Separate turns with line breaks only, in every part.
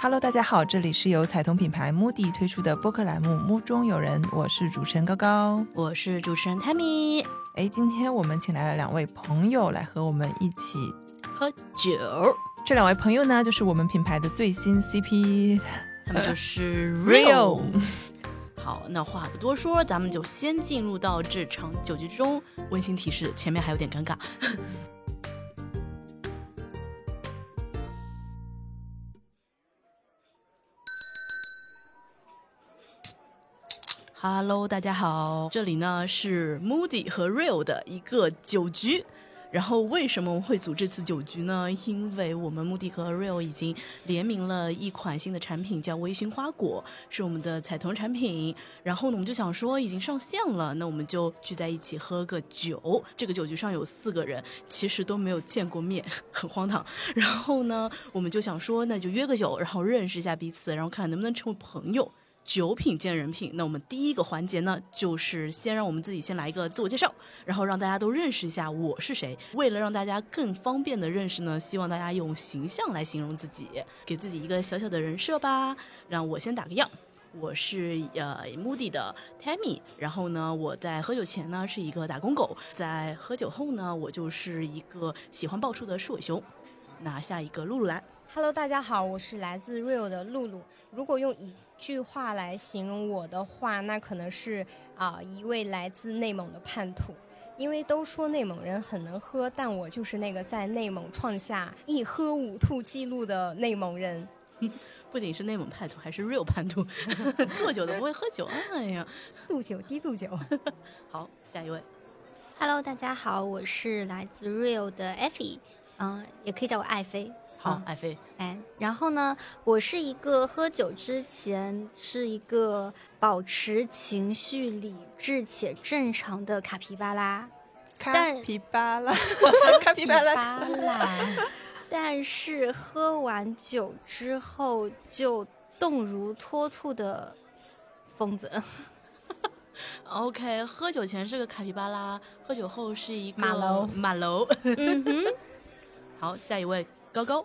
Hello，大家好，这里是由彩童品牌 Moody 推出的播客栏目《目中有人》，我是主持人高高。
我是主持人 Tammy，
哎，今天我们请来了两位朋友来和我们一起。
喝酒，
这两位朋友呢，就是我们品牌的最新 CP
他们就是 Real。
Real。
好，那话不多说，咱们就先进入到这场酒局中。温馨提示，前面还有点尴尬。Hello，大家好，这里呢是 Moody 和 Real 的一个酒局。然后为什么会组这次酒局呢？因为我们 Moody 和 Real 已经联名了一款新的产品，叫微醺花果，是我们的彩童产品。然后呢，我们就想说已经上线了，那我们就聚在一起喝个酒。这个酒局上有四个人，其实都没有见过面，很荒唐。然后呢，我们就想说，那就约个酒，然后认识一下彼此，然后看能不能成为朋友。酒品见人品，那我们第一个环节呢，就是先让我们自己先来一个自我介绍，然后让大家都认识一下我是谁。为了让大家更方便的认识呢，希望大家用形象来形容自己，给自己一个小小的人设吧。让我先打个样，我是呃 Moody 的 Tammy，然后呢，我在喝酒前呢是一个打工狗，在喝酒后呢，我就是一个喜欢爆出的树尾熊。那下一个露露来。
Hello，大家好，我是来自 Real 的露露。如果用一句话来形容我的话，那可能是啊、一位来自内蒙的叛徒。因为都说内蒙人很能喝，但我就是那个在内蒙创下一喝五吐记录的内蒙人。
不仅是内蒙叛徒，还是 real 叛徒， 做酒的不会喝酒。哎呀，
度酒低度酒，
好，下一位，
Hello，大家好，我是来自 Real 的 Effie，嗯、也可以叫我爱妃。
好
嗯，
啊爱妃，
哎，然后呢，我是一个喝酒之前是一个保持情绪理智且正常的卡皮巴拉，
卡
但
皮巴 拉，卡皮巴拉。
巴 拉，
但是喝完酒之后就动如脱兔的疯子。
OK，喝酒前是个卡皮巴拉，喝酒后是一个
马楼
马楼。
嗯哼，
好，下一位高高，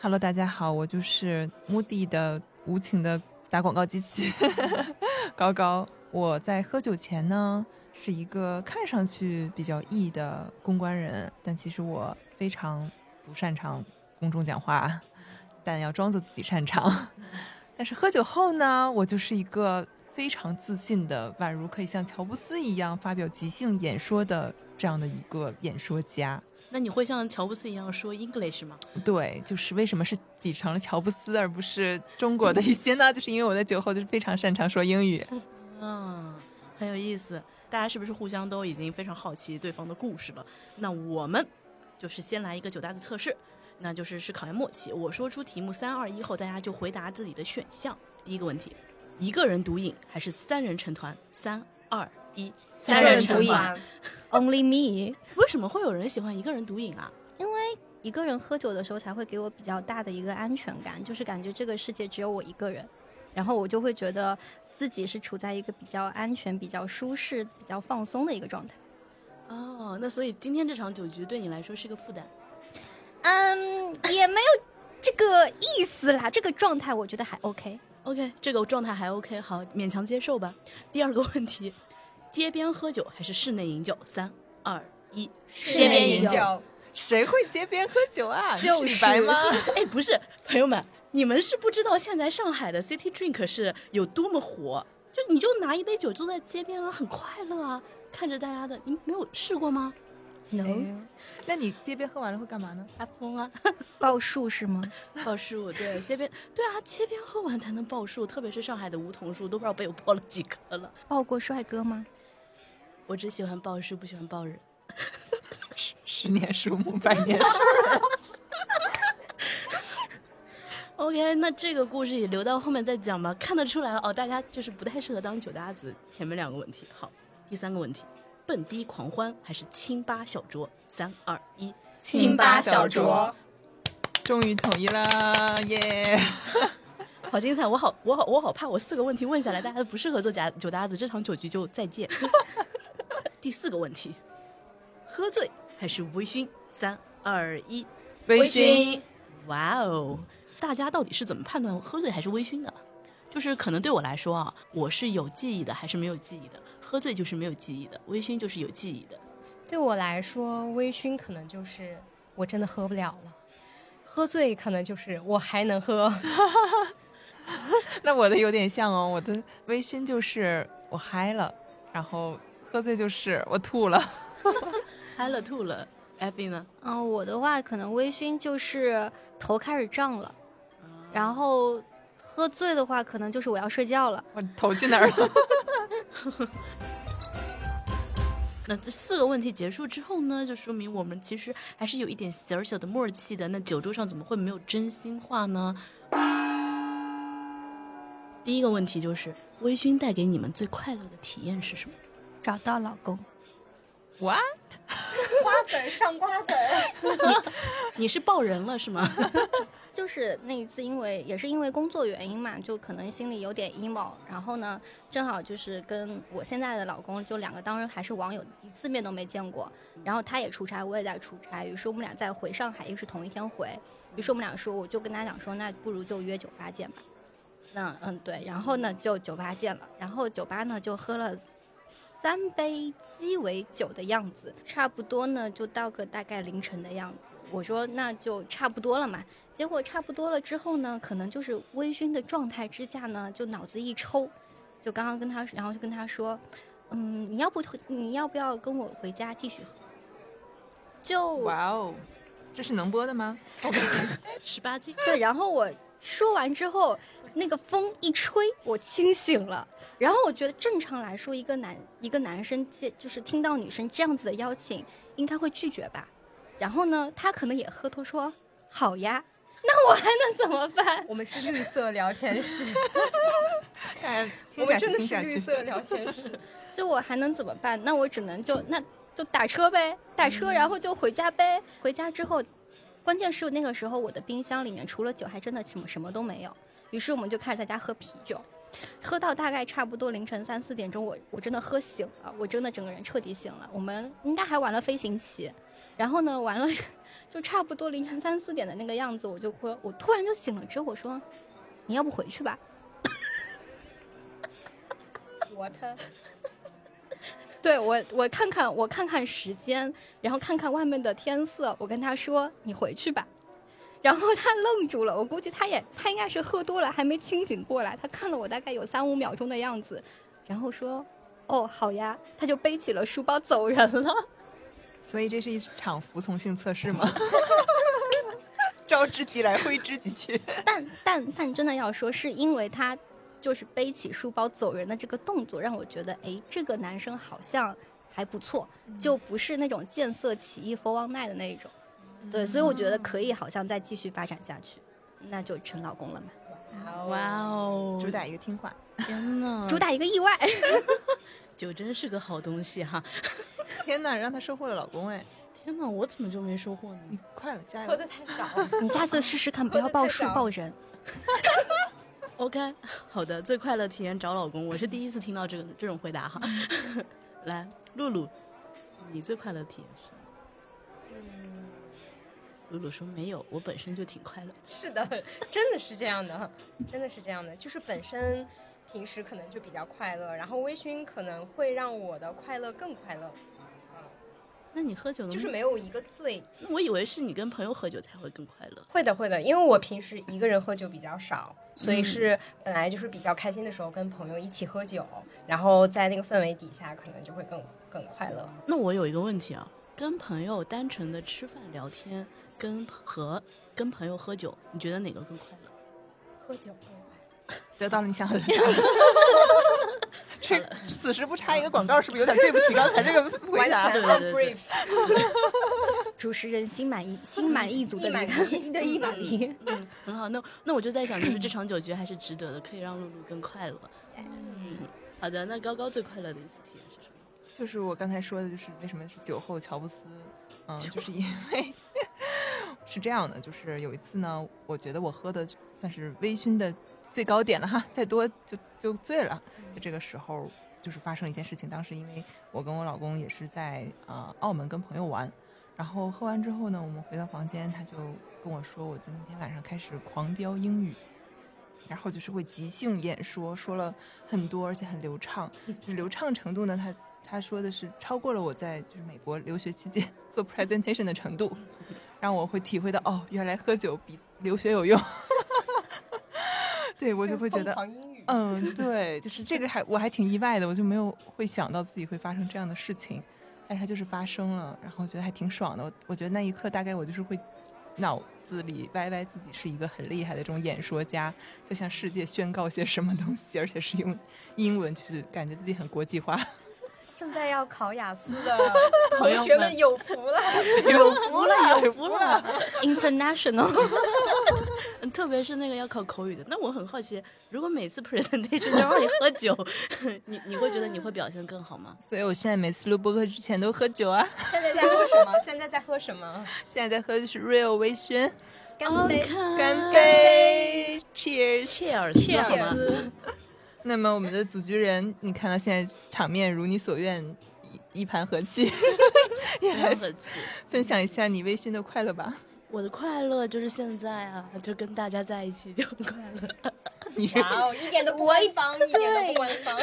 Hello，大家好，我就是目的的无情的打广告机器高高。我在喝酒前呢，是一个看上去比较 E 的公关人，但其实我非常不擅长公众讲话，但要装作自己擅长。但是喝酒后呢，我就是一个非常自信的，宛如可以像乔布斯一样发表即兴演说的这样的一个演说家。
那你会像乔布斯一样说 English 吗？
对，就是为什么是比成了乔布斯，而不是中国的一些呢？ 就是因为我在酒后就是非常擅长说英语。
嗯，很有意思。大家是不是互相都已经非常好奇对方的故事了？那我们就是先来一个九大的测试，那就是是考验默契。我说出题目三二一后，大家就回答自己的选项。第一个问题：一个人独饮还是三人成团？三二一，
三人独
成
饮
团。
，Only me。
为什么会有人喜欢一个人独饮啊？
一个人喝酒的时候才会给我比较大的一个安全感，就是感觉这个世界只有我一个人，然后我就会觉得自己是处在一个比较安全、比较舒适、比较放松的一个状态。
哦，那所以今天这场酒局对你来说是个负担。
嗯，也没有这个意思啦，这个状态我觉得还 OK。
OK，这个状态还 OK，好，勉强接受吧。第二个问题， 街边喝酒还是室内饮酒？三二一，
街边饮酒，
谁会街边喝酒啊？你
就是
李白吗？
哎，不是，朋友们，你们是不知道现在上海的 City Drink 是有多么火，就你就拿一杯酒坐在街边啊，很快乐啊，看着大家的，你们没有试过吗？
No，、
哎
哎
那你街边喝完了会干嘛呢？
阿峰 啊，
报数是吗？
报数， 对，街边，对啊，街边喝完才能报数，特别是上海的梧桐树，都不知道被我报了几棵了。
报过帅哥吗？
我只喜欢报数，不喜欢报人。
十年树木，百年树。
OK，那这个故事也留到后面再讲吧。看得出来哦，大家就是不太适合当酒搭子。前面两个问题，好，第三个问题，蹦迪狂欢还是清吧小酌？三二一，
清吧小酌
酌，
终于统一了，耶、
好精彩！我好，我好，我好怕我四个问题问下来，大家都不适合做假酒搭子，这场酒局就再见。 第四个问题，喝醉还是微醺？三二一，
微。
哇哦，大家到底是怎么判断喝醉还是微醺的？就是可能对我来说啊，我是有记忆的还是没有记忆的？喝醉就是没有记忆的，微醺就是有记忆的。
对我来说，微醺可能就是我真的喝不了了，喝醉可能就是我还能喝。
那我的有点像哦，我的微醺就是我嗨了，然后喝醉就是我吐了。
嗨了吐了，艾比呢？
嗯、我的话可能微醺就是头开始胀了，然后喝醉的话可能就是我要睡觉了。
我头去哪儿了？
那这四个问题结束之后呢，就说明我们其实还是有一点小小的默契的。那酒桌上怎么会没有真心话呢？第一个问题就是，微醺带给你们最快乐的体验是什么？
找到老公，
我
瓜子儿上瓜子儿。
你是抱人了是吗？
就是那一次，因为也是因为工作原因嘛，就可能心里有点 emo，然后呢，正好就是跟我现在的老公，就两个当然还是网友，一次面都没见过，然后他也出差，我也在出差，于是我们俩在回上海，又是同一天回，于是我们俩说，我就跟他讲说，那不如就约酒吧见吧。那嗯对，然后呢就酒吧见了，然后酒吧呢就喝了。三杯鸡尾酒的样子，差不多呢就到个大概凌晨的样子。我说那就差不多了嘛，结果差不多了之后呢，可能就是微醺的状态之下呢，就脑子一抽，就刚刚跟他，然后就跟他说，嗯，你要不你要不要跟我回家继续喝？就
哇哦，这是能播的吗？
十八禁。
对，然后我说完之后，那个风一吹，我清醒了。然后我觉得正常来说，一个男一个男生接就是听到女生这样子的邀请，应该会拒绝吧。然后呢，他可能也喝多说好呀， 那我还能怎么办？
我们是绿色聊天室，
大家听
我
下去，
们真的
听
是
下
绿
去。
色聊天 室。
就我还能怎么办？那我只能就那就打车呗，打车然后就回家呗。回家之后，关键是那个时候我的冰箱里面除了酒还真的什么什么都没有。于是我们就开始在家喝啤酒，喝到大概差不多凌晨三四点钟，我我真的喝醒了，我真的整个人彻底醒了。我们应该还玩了飞行棋，然后呢玩了 就差不多凌晨三四点的那个样子，我就说，我突然就醒了之后，我说你要不回去吧。
我他
对我，我看看，我看看时间，然后看看外面的天色。我跟他说：“你回去吧。”然后他愣住了，我估计他也他应该是喝多了，还没清醒过来。他看了我大概有三五秒钟的样子，然后说：“哦，好呀。”他就背起了书包走人了。
所以这是一场服从性测试吗？ 招之即来，挥之即去。
但但但真的要说，是因为他就是背起书包走人的这个动作，让我觉得，哎，这个男生好像还不错，就不是那种见色起意 for one night 的那一种。对，所以我觉得可以，好像再继续发展下去，那就成老公了嘛。
哇哦，
主打一个听话，
天呐，
主打一个意外，
酒真是个好东西哈！
天哪，让她收获了老公哎！
天呐，我怎么就没收获呢？
你快了，加
喝
油！
的太少，
你下次试试看，不要报数报人。
OK，好的，最快乐体验找老公，我是第一次听到这个这种回答哈。 来，露露，你最快乐的体验是什么？
嗯
露露说没有，我本身就挺快乐的。
是的，真的是这样的，真的是这样的。就是本身平时可能就比较快乐，然后微醺可能会让我的快乐更快乐，
那你喝酒了
就是
吗
没有一个醉。
那我以为是你跟朋友喝酒才会更快乐。
会的，会的，因为我平时一个人喝酒比较少，所以是本来就是比较开心的时候跟朋友一起喝酒，然后在那个氛围底下，可能就会更更快乐。
那我有一个问题啊，跟朋友单纯的吃饭聊天，跟和跟朋友喝酒，你觉得哪个更快乐？
喝酒更快
得到了你想要的答案。 这此时不插一个广告，是不是有点对不起刚才这个回
乐，
答
完？全
对
on
对对
brief，
主持人心满意心满意足的
一满一，对一满一。
嗯，很好。那那我就在想，就是这场酒局还是值得的，可以让露露更快乐。嗯，好的。那高高最快乐的一次体验是什么？
就是我刚才说的，就是为什么是酒后乔布斯，嗯，就是因为 是这样的，就是有一次呢，我觉得我喝的算是微醺的最高点了哈，再多就就醉了。就这个时候，就是发生了一件事情，当时因为我跟我老公也是在呃澳门跟朋友玩，然后喝完之后呢，我们回到房间，他就跟我说，我就那天晚上开始狂飙英语，然后就是会即兴演说，说了很多，而且很流畅，就是流畅程度呢，他他说的是超过了我在就是美国留学期间 做 presentation 的程度，让我会体会到哦，原来喝酒比留学有用。 对我就会觉得
疯狂英语，
嗯，对，就是这个还我还挺意外的，我就没有会想到自己会发生这样的事情，但是它就是发生了，然后我觉得还挺爽的。我我觉得那一刻大概我就是会脑子里歪歪自己是一个很厉害的这种演说家，在向世界宣告些什么东西，而且是用英文，就是感觉自己很国际化。
正在要考雅思 的
朋
同
友
学
们
们有福了。
有福了，有福了！
international，
嗯特别是那个要考口语的。那我很好奇，如果每次 presentation 就让你喝酒， 你你会觉得你会表现更好吗？
所以我现在每次录播客之前都喝酒啊，
现在在喝什么？现在在喝什么？
现在在喝的是 Real 微醺，
干杯！
干杯，Cheers！
，cheers，cheers 好吗？
Cheers
那么我们的组局人，你看到现在场面如你所愿，一一盘和气， 也来
很和气。
分享一下你微醺的快乐吧。
我的快乐就是现在啊，就跟大家在一起就很快乐。
你是
哇 哦，一点都不官方，一点都不官方。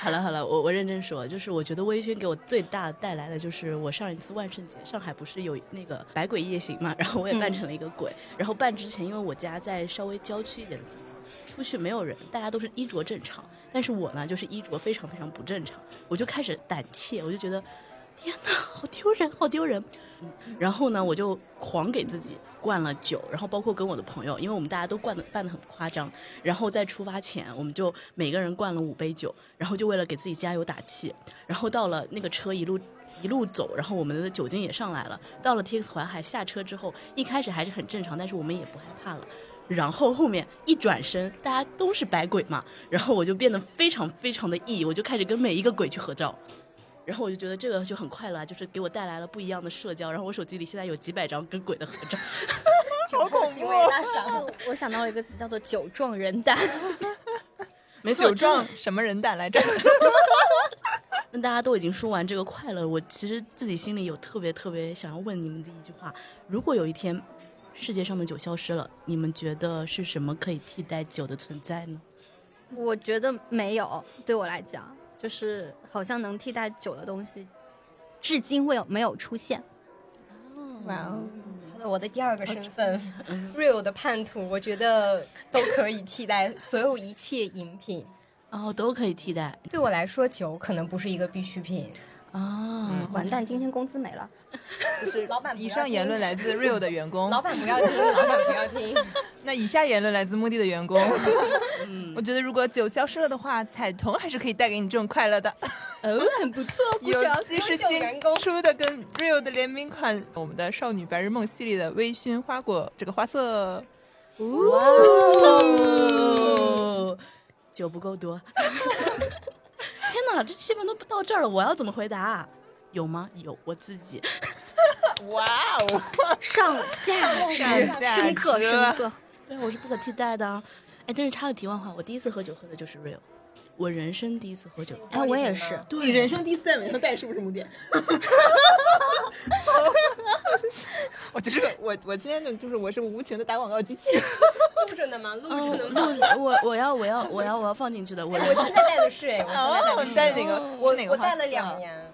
好了好了，我我认真说，就是我觉得微醺给我最大带来的就是我上一次万圣节上海不是有那个百鬼夜行嘛，然后我也扮成了一个鬼，然后扮之前因为我家在稍微郊区一点的地方，出去没有人，大家都是衣着正常，但是我呢就是衣着非常非常不正常，我就开始胆怯，我就觉得天哪，好丢人，好丢人。然后呢，我就狂给自己灌了酒，然后包括跟我的朋友，因为我们大家都灌的办的很夸张，然后在出发前，我们就每个人灌了五杯酒，然后就为了给自己加油打气，然后到了那个车一路。一路走，然后我们的酒精也上来了。到了 TX 淮海下车之后，一开始还是很正常，但是我们也不害怕了。然后后面一转身，大家都是百鬼嘛，然后我就变得非常非常的 E，我就开始跟每一个鬼去合照。然后我就觉得这个就很快乐啊，就是给我带来了不一样的社交。然后我手机里现在有几百张跟鬼的合照，
好恐
行
怖
为大赏，
我想到了一个词叫做“酒壮人胆
没错，
酒
真的
壮 什么人胆来着？
那大家都已经说完这个快乐，我其实自己心里有特别特别想要问你们的一句话：如果有一天世界上的酒消失了，你们觉得是什么可以替代酒的存在呢？”。
我觉得没有，对我来讲，就是好像能替代酒的东西，至今未有没有出现。
哇哦！
我的第二个身份，real 的叛徒，我觉得都可以替代所有一切饮品。
哦，都可以替代
对我来说，酒可能不是一个必需品。
啊！
完蛋，今天工资没了。
就是老板不要听，
以上言论来自 Real 的员工
老，板不要 听，老板不要听。
那以下言论来自目的的员工。
嗯
我觉得如果酒消失了的话，彩童还是可以带给你这种快乐的。
哦，很不错，
尤其是
优秀
新
员工
出的跟 Real 的联名款，我们的少女白日梦系列的微醺花果这个花色。
哦，酒不够多。 天哪，这气氛都到这儿了，我要怎么回答啊？有吗？有，我自己。
哇哦！
上价值
上，价值
深刻深刻。
对，我是不可替代的啊。哎，但是插个题外话，我第一次喝酒喝的就是 real，我人生第一次喝酒。
哎，我也是，
对，
你人生第一次戴美特戴是不是母点？ 我就是个我，我今天就就是我是无情的打广告机器。
录着呢吗？录
哦
着呢吗？
录我我要我要我要我要放进去的，我
我现在带的是哎，我
哦
现在带的是
戴哪个？哦
我
是哪个
我
花
戴了
色啊
两。年，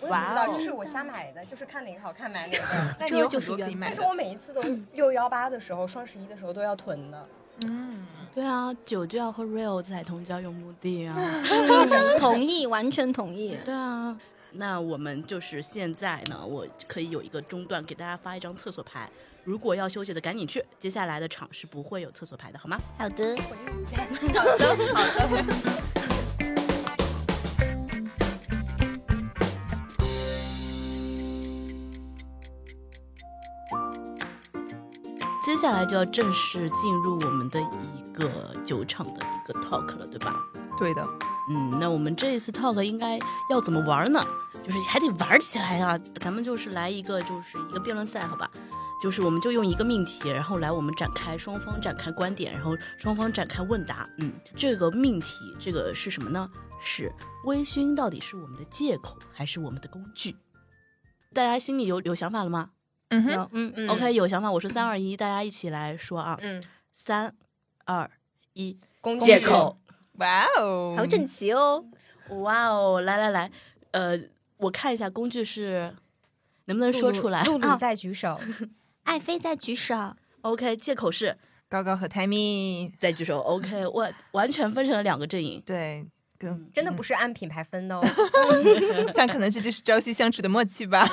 我也不知道，就是我瞎买的，就是看哪个好看买哪个。
那
这
你有
就
很
是
多可
缘
以
分
买
但是
的。
我每一 次都六幺八的时候、双十一的时候都要囤的，
嗯，
对啊，酒就要喝 real，彩童就要用目的啊。
同意，完全同意。
对啊，那我们就是现在呢，我可以有一个中断，给大家发一张厕所牌。如果要休息的赶紧去，接下来的场是不会有厕所牌的，好吗？
好的，
回忆一下。好的，好的。
接下来就要正式进入我们的一个酒厂的一个 talk 了，对吧？
对的。
嗯，那我们这一次 talk 应该要怎么玩呢？就是还得玩起来啊！咱们就是来一个，就是一个辩论赛，好吧？就是我们就用一个命题，然后来我们展开双方展开观点，然后双方展开问答。嗯，这个命题这个是什么呢？是微醺到底是我们的借口还是我们的工具？大家心里有有想法了吗？
嗯哼，
嗯嗯嗯
OK，有想法，我说三二一，大家一起来说啊，
嗯，
三二一，
工
借
具人
口。
哇哦，
好整齐哦。
哇哦，来来来，呃，我看一下工具是能不能
露
说
露
出来
露露
啊
在 举手，
爱妃在举手，
？OK，借口是
高高和 Tammy，
再举手。OK，我完全分成了两个阵营。
对，跟嗯
真的不是按品牌 分的哦。
但可能这就是朝夕相处的默契 吧。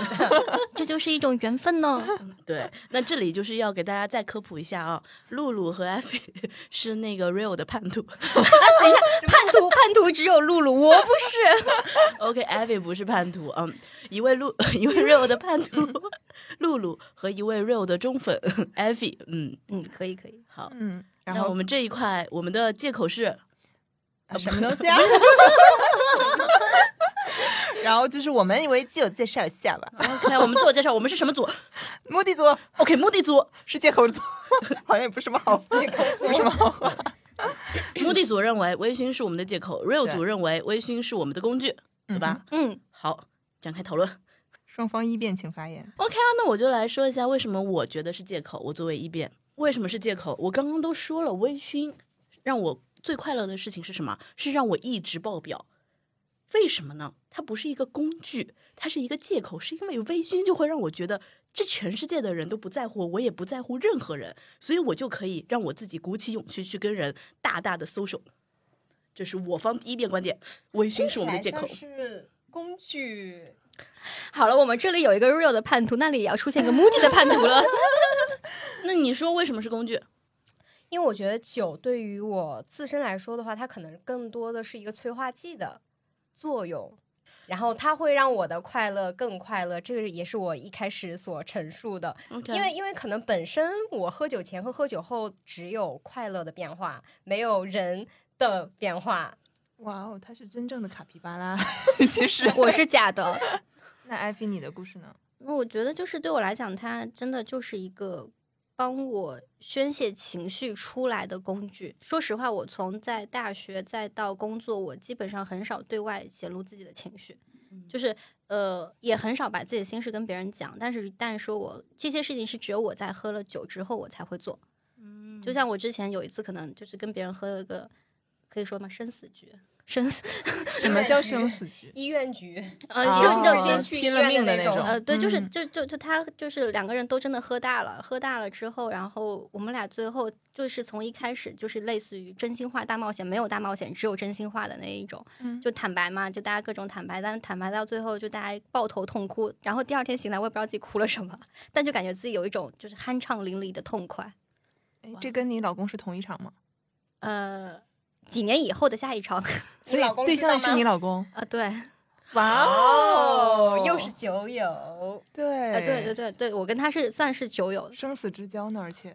这就是一种缘 分呢。
对，那这里就是要给大家再科普一下啊，露露和艾菲 是那个 Real 的叛徒。
等一下，叛徒叛徒只有露露，我不是。
OK，艾菲不是叛徒，嗯，一位露 一位 Real 的叛徒 露露和一位 Real 的忠粉艾菲。嗯，
嗯，可以可以。
好。
嗯，然
那我
后
们这一块，我们的借口是
啊什么东西啊？啊 然后就是我们以为基友介绍一下吧，
，OK，我们自我介绍，我们是什么组
目的组
？OK，目的组，
是借口组， 好像也不是什么好借口组，不是什么好话。
目的组认为微醺是我们的借口，real
对
组认为微醺是我们的工具，对吧？
嗯，
好，展开讨论。
双方一辩，请发言。
OK 啊，那我就来说一下为什么我觉得是借口。我作为一辩，为什么是借口？我刚刚都说了，微醺让我最快乐的事情是什么？是让我一直爆表。为什么呢？它不是一个工具，它是一个借口。是因为微醺就会让我觉得这全世界的人都不在乎我，我也不在乎任何人，所以我就可以让我自己鼓起勇气去跟人大大的 social。这是我方第一遍观点，微醺是我们的借口。
是 工具。
好了，我们这里有一个 real 的叛徒，那里也要出现一个 moody 的叛徒了。
那你说为什么是工具？
因为我觉得酒对于我自身来说的话，它可能更多的是一个催化剂的作用，然后它会让我的快乐更快乐，这个也是我一开始所陈述的。因
啊
为因为可能本身我喝酒前和喝酒后只有快乐的变化，没有人的变化。
哇哦，他是真正的卡皮巴拉， 其实。
我是假的。
那艾菲，你的故事呢？
那我觉得就是对我来讲，它真的就是一个帮我宣泄情绪出来的工具。说实话，我从在大学再到工作，我基本上很少对外显露自己的情绪，就是呃，也很少把自己的心事跟别人讲。但是一旦说我这些事情是只有我在喝了酒之后我才会做，就像我之前有一次可能就是跟别人喝了个可以说嘛生死局，生死
什么叫生死局？
医院局，
呃
啊
就是那
直
种
接去拼了命的那种
呃，对，就是
嗯
就就就他就是两个人都真的喝大了，喝大了之后，然后我们俩最后就是从一开始就是类似于真心话大冒险，没有大冒险，只有真心话的那一种，
嗯
就坦白嘛，就大家各种坦白，但是坦白到最后就大家抱头痛哭，然后第二天醒来我也不知道自己哭了什么，但就感觉自己有一种就是酣畅淋漓的痛快。
哎，这跟你老公是同一场 吗？
呃，几年以后的下一场
所以对象是你老公。
啊，对，
哇
哦
哦，，
又是 酒友，
呃对
啊，对对对对，我跟他是算是酒友，
生死之交呢，而且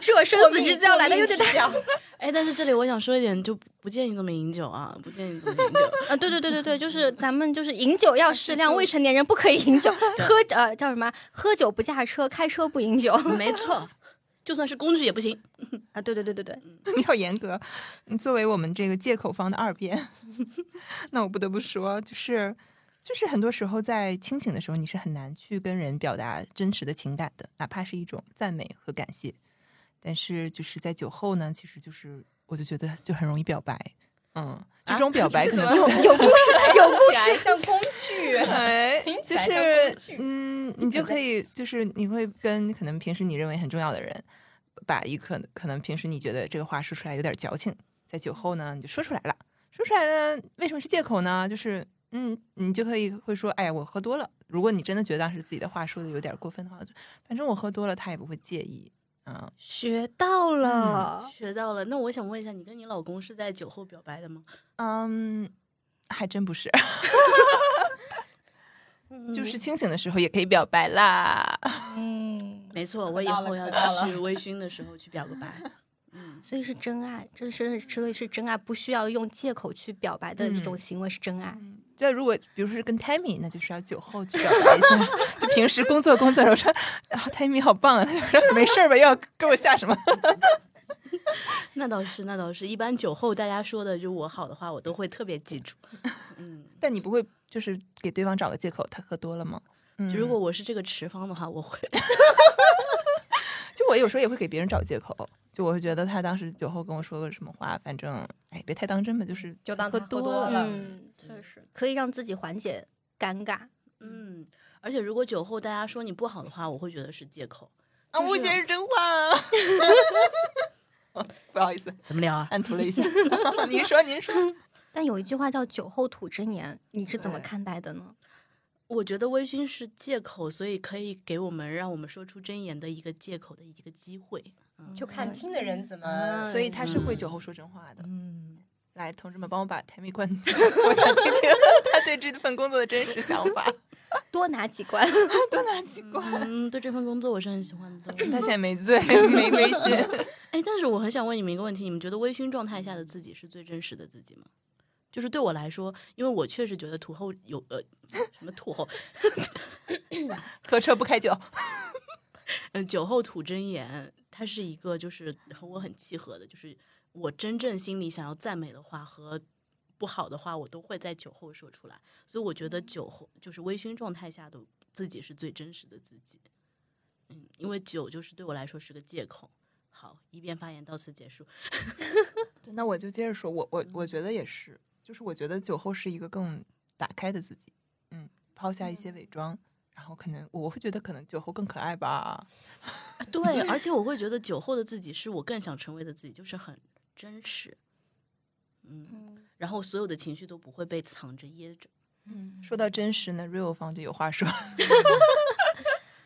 是我生死之交来的有点大。
大。
哎，但是这里我想说一点，就不建议这么饮酒啊，不建议这么饮酒。
啊，对对对对对，就是咱们就是饮酒要适量，未成年人不可以饮酒，喝呃叫什么？喝酒不驾车，开车不饮酒
没错， 就算是工具也不行。
啊！对对对对对，
你好严格。你作为我们这个借口方的二辩， 那我不得不说，就是就是很多时候在清醒的时候，你是很难去跟人表达真实的情感的，哪怕是一种赞美和感谢。但是就是在酒后呢，其实就是我就觉得就很容易表白，嗯，
啊
这种表白可能、
有有故 事，有故事，像工具。
哎
听，起
就
来像工
是
具
嗯，你就可以就是你会跟可能平时你认为很重要的人，把一可可能平时你觉得这个话说出来有点矫情，在酒后呢你就说出来了，说出来了为什么是借口呢？就是嗯，你就可以会说，哎呀，我喝多了。如果你真的觉得当时自己的话说的有点过分的话，就反正我喝多了，他也不会介意。嗯，
学到
嗯
了。
学到了。那我想问一下，你跟你老公是在酒后表白的吗？
嗯，还真不是， 就是清醒的时候也可以表白啦。
嗯，
没错，我以
到了
后要
可到了
去微醺的时候去表个白。嗯，
所以是真爱，这是所以是真爱，不需要用借口去表白的一种
嗯
行为是真爱。
那如果比如说是跟 Tammy，那就是要酒后去表白一下，就平时工作工作，我说啊 Tammy 好棒啊，他说没事儿吧，又要给我下什么？
那倒是，那倒是。一般酒后大家说的就我好的话，我都会特别记住。嗯，
但你不会就是给对方找个借口，他喝多了吗？
就如果我是这个持方的话，我 会
就我有时候也会给别人找借口，就我会觉得他当时酒后跟我说个什么话，反正哎别太当真吧，就是
就当
喝
他喝
多
多了
嗯，确实可以让自己缓解尴尬。
嗯。而且如果酒后大家说你不好的话，我会觉得是借口。
啊，
就是
误解是真话啊。 不好意思，
怎么聊啊？
按图了一下。 您说，您说，
但有一句话叫“酒后吐真言”，你是怎么
对
看待的呢？
我觉得微醺是借口，所以可以给我们让我们说出真言的一个借口的一个机会。
就看听的人怎么
嗯。
所以他是会酒后说真话的。
嗯，
来，同志们，帮我把台米关掉， 我想听听他对这份工作的真实想法。
多拿几罐，
多拿几罐。
嗯，对这份工作我是很喜欢的。
他现在没醉，没微醺。
哎，但是我很想问你们一个问题：你们觉得微醺状态下的自己是最真实的自己吗？就是对我来说，因为我确实觉得土后有呃什么土后，
喝车不开酒。
嗯，酒后吐真言，它是一个就是和我很契合的，就是我真正心里想要赞美的话和不好的话，我都会在酒后说出来。所以我觉得酒后就是微醺状态下的自己是最真实的自己。嗯，因为酒就是对我来说是个借口。好，一辩发言到此结束。
对，那我就接着说，我我我觉得也是，就是我觉得酒后是一个更打开的自己，嗯，抛下一些伪装，然后可能我会觉得可能酒后更可爱吧，
对，而且我会觉得酒后的自己是我更想成为的自己，就是很真实，嗯，然后所有的情绪都不会被藏着掖着。
嗯，说到真实呢，real 方就有话说，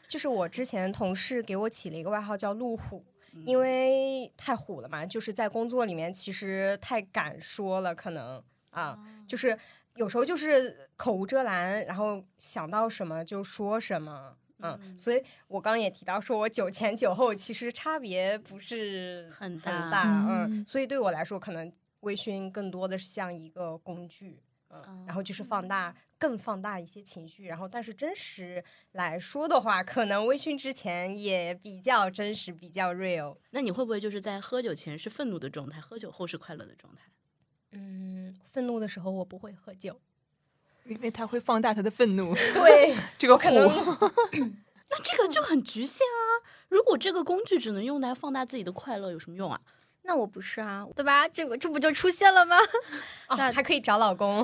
就是我之前同事给我起了一个外号叫“路虎”，因为太虎了嘛，就是在工作里面其实太敢说了，可能啊，就是有时候就是口无遮拦，然后想到什么就说什么。嗯，所以我刚刚也提到，说我酒前酒后其实差别不是
很
大，
大
嗯，所以对我来说，可能微醺更多的是像一个工具，嗯，然后就是放大，更放大一些情绪，然后但是真实来说的话，可能微醺之前也比较真实，比较 real。
那你会不会就是在喝酒前是愤怒的状态，喝酒后是快乐的状态？
嗯，愤怒的时候我不会喝酒，
因为他会放大他的愤怒，
对，
这个
可
火，
能
那这个就很局限啊！如果这个工具只能用来放大自己的快乐，有什么用啊？
那我不是啊，对吧？这个这不就出现了吗？
哦
那
还可以找老公，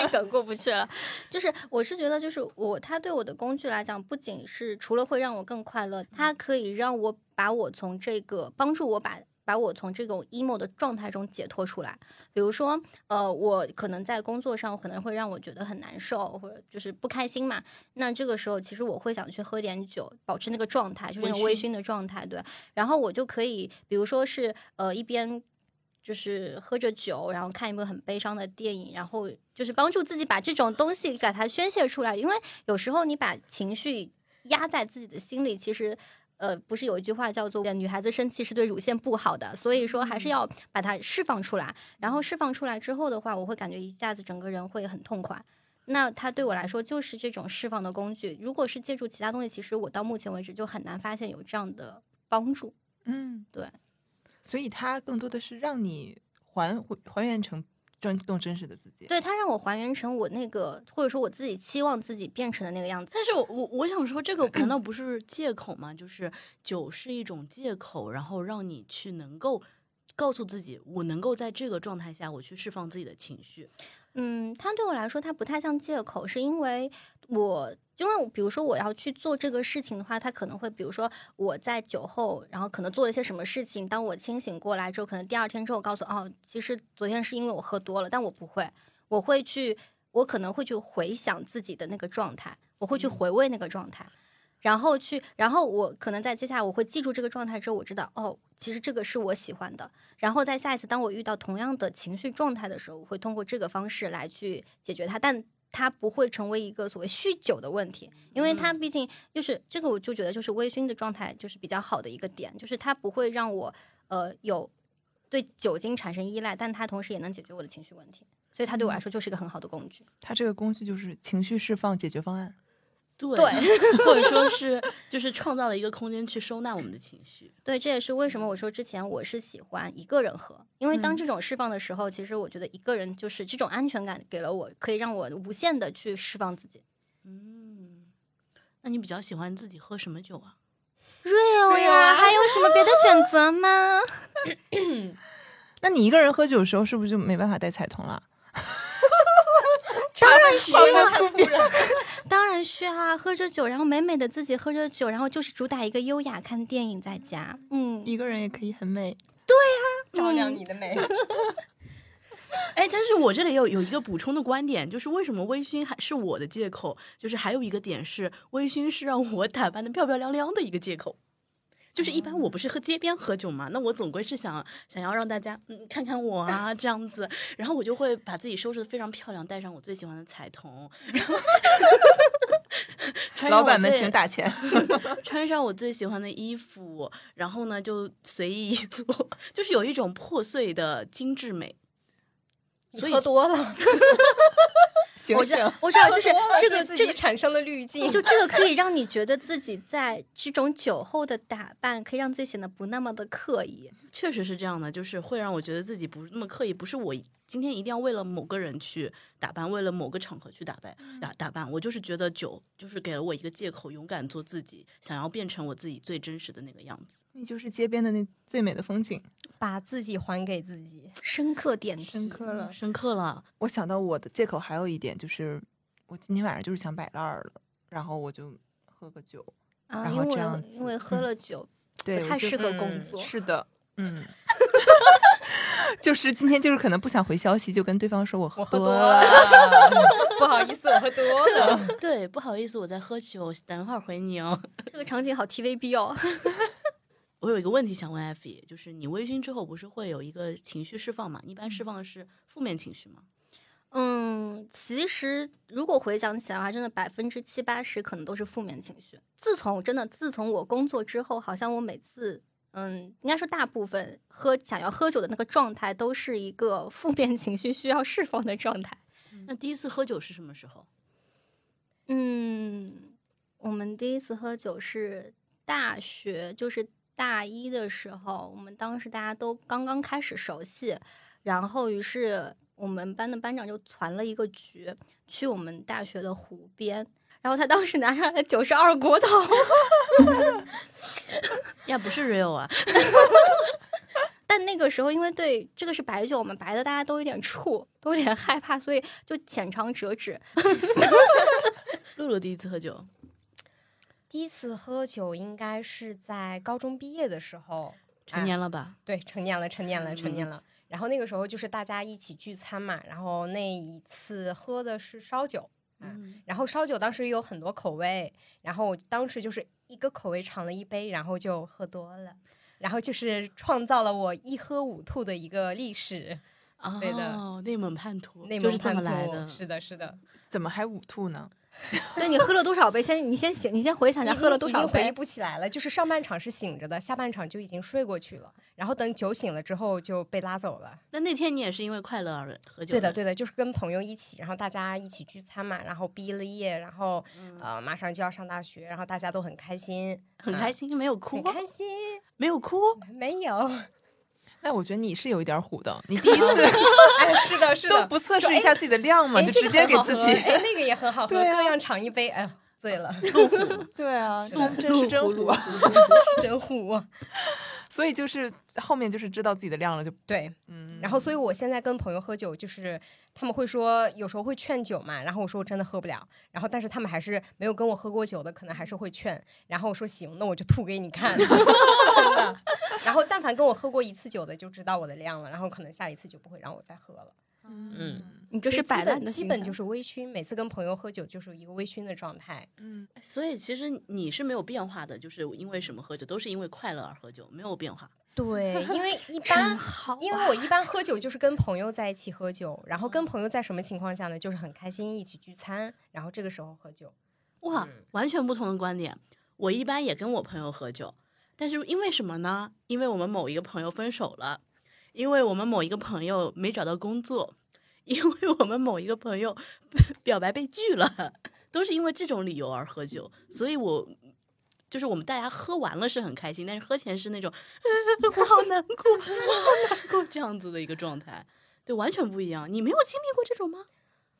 这梗过不去了。就是我是觉得，就是我他对我的工具来讲，不仅是除了会让我更快乐，它可以让我把我从这个帮助我把。把我从这种 emo 的状态中解脱出来，比如说，呃，我可能在工作上可能会让我觉得很难受，或者就是不开心嘛。那这个时候，其实我会想去喝点酒，保持那个状态，就是那种
微
微
醺
醺的状态，对。然后我就可以，比如说是呃一边就是喝着酒，然后看一部很悲伤的电影，然后就是帮助自己把这种东西给它宣泄出来。因为有时候你把情绪压在自己的心里，其实。呃，不是有一句话叫做“女孩子生气是对乳腺不好的”，所以说还是要把它释放出来。然后释放出来之后的话，我会感觉一下子整个人会很痛快。那它对我来说就是这种释放的工具。如果是借助其他东西，其实我到目前为止就很难发现有这样的帮助。
嗯，
对，
所以他更多的是让你还还原成真更真实的自己，
对，它让我还原成我那个，或者说我自己期望自己变成的那个样子。
但是我我我想说，这个难道不是借口吗？就是酒是一种借口，然后让你去能够告诉自己，我能够在这个状态下，我去释放自己的情绪。
嗯，它对我来说，它不太像借口，是因为我。因为我比如说我要去做这个事情的话，它可能会，比如说我在酒后，然后可能做了一些什么事情。当我清醒过来之后，可能第二天之后告诉哦，其实昨天是因为我喝多了，但我不会，我会去，我可能会去回想自己的那个状态，我会去回味那个状态，然后去，然后我可能在接下来我会记住这个状态之后，我知道哦，其实这个是我喜欢的，然后在下一次，当我遇到同样的情绪状态的时候，我会通过这个方式来去解决它，但它不会成为一个所谓酗酒的问题，因为它毕竟就是这个，我就觉得就是微醺的状态就是比较好的一个点，就是它不会让我呃有对酒精产生依赖，但它同时也能解决我的情绪问题，所以它对我来说就是一个很好的工具。
他这个工具就是情绪释放解决方案。
对，
对
或者说是就是创造了一个空间去收纳我们的情绪。
对，这也是为什么我说之前我是喜欢一个人喝，因为当这种释放的时候，其实我觉得一个人就是这种安全感给了我，可以让我无限的去释放自己。
嗯，那你比较喜欢自己喝什么酒啊？
real 呀，还有什么 别的选择吗？
那你一个人喝酒的时候，是不是就没办法带彩童了？
当然需要，
突变，
当然需要啊！喝着酒，然后美美的自己喝着酒，然后就是主打一个优雅看电影在家，嗯，
一个人也可以很美。
照亮你的 美。
哎，但是我这里有有一个补充的观点，就是为什么微醺还是我的借口？就是还有一个点是，微醺是让我打扮的漂漂亮亮的一个借口。就是一般我不是喝街边喝酒嘛，那我总归是想想要让大家嗯看看我啊这样子，然后我就会把自己收拾的非常漂亮，戴上我最喜欢的彩 瞳，然后穿上
老
我
板们
最
请打 钱。
穿上我最喜欢的衣服，然后呢就随意一做， 就是有一种破碎的精致美。
你
所以
喝多 了，
行
我知道，我知 道，就是这
对
个
自
这
己
个。
产生了滤镜，
就这个可以让你觉得自己在这种酒后的打扮，可以让自己显得不那么的刻意。
确实是这样的，就是会让我觉得自己不是那么刻意，不是我今天一定要为了某个人去打扮，为了某个场合去打扮打打扮。我就是觉得酒就是给了我一个借口，勇敢做自己，想要变成我自己最真实的那个样子。
你就是街边的那最美的风景，
把自己还给自己。
深刻点题，
深刻了。
深刻了，
我想到我的借口还有一点就是，我今天晚上就是想摆烂儿了，然后我就喝个酒。
啊！
然
因
后
为
这样子嗯
因为喝了酒，
对，
不太
我就
适合工作
是的， 嗯，就是今天就是可能不想回消息，就跟对方说我喝
我喝
多
多
了
了， 不好意思，我喝多了。
对，不好意思，我在喝酒，等会儿回你哦。
这个场景好 TVB 哦。
我有一个问题想问艾菲，就是你微醺之后不是会有一个情绪释放嘛？你一
嗯
般释放的是负面情绪吗？
嗯，其实如果回想起来的话，真的百分之七八十可能都是负面情绪。自从真的自从我工作之后，好像我每次嗯，应该说大部分喝想要喝酒的那个状态，都是一个负面情绪需要释放的状态。
嗯
那第一次喝酒是什么时候？
嗯，我们第一次喝酒是大学，就是大一的时候，我们当时大家都刚刚开始熟悉，然后于是我们班的班长就攒了一个局，去我们大学的湖边。然后他当时拿上来九十二锅头，
呀，不是 real 啊，
但那个时候因为对这个是白酒，我们白的大家都有点怵，都有点害怕，所以就浅尝辄止。
露露第一次喝酒，
啊第一次喝酒应该是在高中毕业的时候，
成年了吧？
对，成年了，成年了，成年
嗯
了。然后那个时候就是大家一起聚餐嘛，然后那一次喝的是烧酒，啊
嗯，
然后烧酒当时有很多口味，然后我当时就是一个口味尝了一杯，然后就喝多了，然后就是创造了我一喝五吐的一个历史。对的
哦，内蒙叛徒，
内
就
蒙
是这
叛
么
徒
来的。
是的，是的，
怎么还呕吐呢？
对你喝了多少杯？先你先醒，你先回想一下
已
喝了
经
多
已
少
经回忆
杯。
不起来了，就是上半场是醒着的，下半场就已经睡过去了，然后等酒醒了之后就被拉走了。
那那天你也是因为快乐而喝酒？
对
嗯
的，。对的，就是跟朋友一起，然后大家一起聚餐嘛，然后毕了业，然后、
嗯
呃马上就要上大学，然后大家都很开心，
很
啊
开心，没有哭
很，开心，
没有 哭，
没 有，
那哎我觉得你是有一点儿虎的，你第一 次
哎，是的，是
都
的，
不测试一下自己的量吗？
哎
就
这
直
个
接
很
给
好
自
喝
己，
哎，那个也很好喝，
对啊
各样尝一杯，哎呦，醉 了，
对啊，
是的
真真是真虎啊！
是真虎。
所以就是后面就是知道自己的量了，就
对，
嗯，
然后所以我现在跟朋友喝酒，就是他们会说有时候会劝酒嘛，然后我说我真的喝不了，然后但是他们还是没有跟我喝过酒的，可能还是会劝，然后我说行，那我就吐给你看， 真的。然后但凡跟我喝过一次酒的就知道我的量了，然后可能下一次就不会让我再喝了。
嗯，
你这
所
是
以基
摆烂
本
的
基
心
本
态
就是微醺，每次跟朋友喝酒就是一个微醺的状态。
嗯
所以其实你是没有变化的，就是因为什么喝酒，都是因为快乐而喝酒，没有变化。
对，因为一般
好
因为我一般喝酒就是跟朋友在一起喝酒，然后跟朋友在什么情况下呢？就是很开心一起聚餐，然后这个时候喝酒。
哇，完全不同的观点。我一般也跟我朋友喝酒，但是因为什么呢？因为我们某一个朋友分手了，因为我们某一个朋友没找到工作，因为我们某一个朋友 表白被拒了，都是因为这种理由而喝酒。所以我就是我们大家喝完了是很开心，但是喝前是那种、 呃我好难过，我好难过这样子的一个状态。对，完全不一样。你没有经历过这种吗？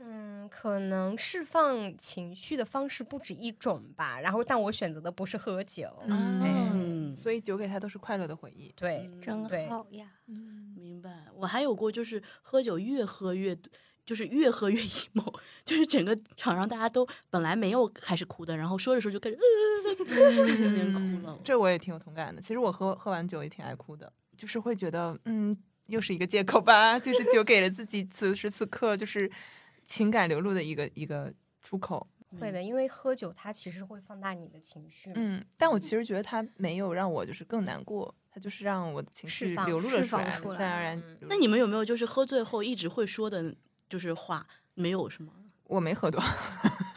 嗯，可能释放情绪的方式不止一种吧。然后，但我选择的不是喝酒。
嗯，
所以酒给他都是快乐的回忆。
对，
真
对
好呀。
嗯，
明白。我还有过就是喝酒越喝越。就是越喝越 emo，就是整个场上大家都本来没有开始哭的，然后说着说着就开始呃，在那边
嗯
哭了。
嗯这我也挺有同感的。其实我喝喝完酒也挺爱哭的，就是会觉得，嗯，又是一个借口吧，就是酒给了自己此时此刻就是情感流露的一个一个出口。
嗯
会的，因为喝酒它其实会放大你的情绪。
嗯，但我其实觉得他没有让我就是更难过，他就是让我的情
释
绪
放
流露了
释
出
放
来，
出来
自然而然
嗯。
那你们有没有就是喝醉后一直会说的，就是话没有什么？
我没喝多，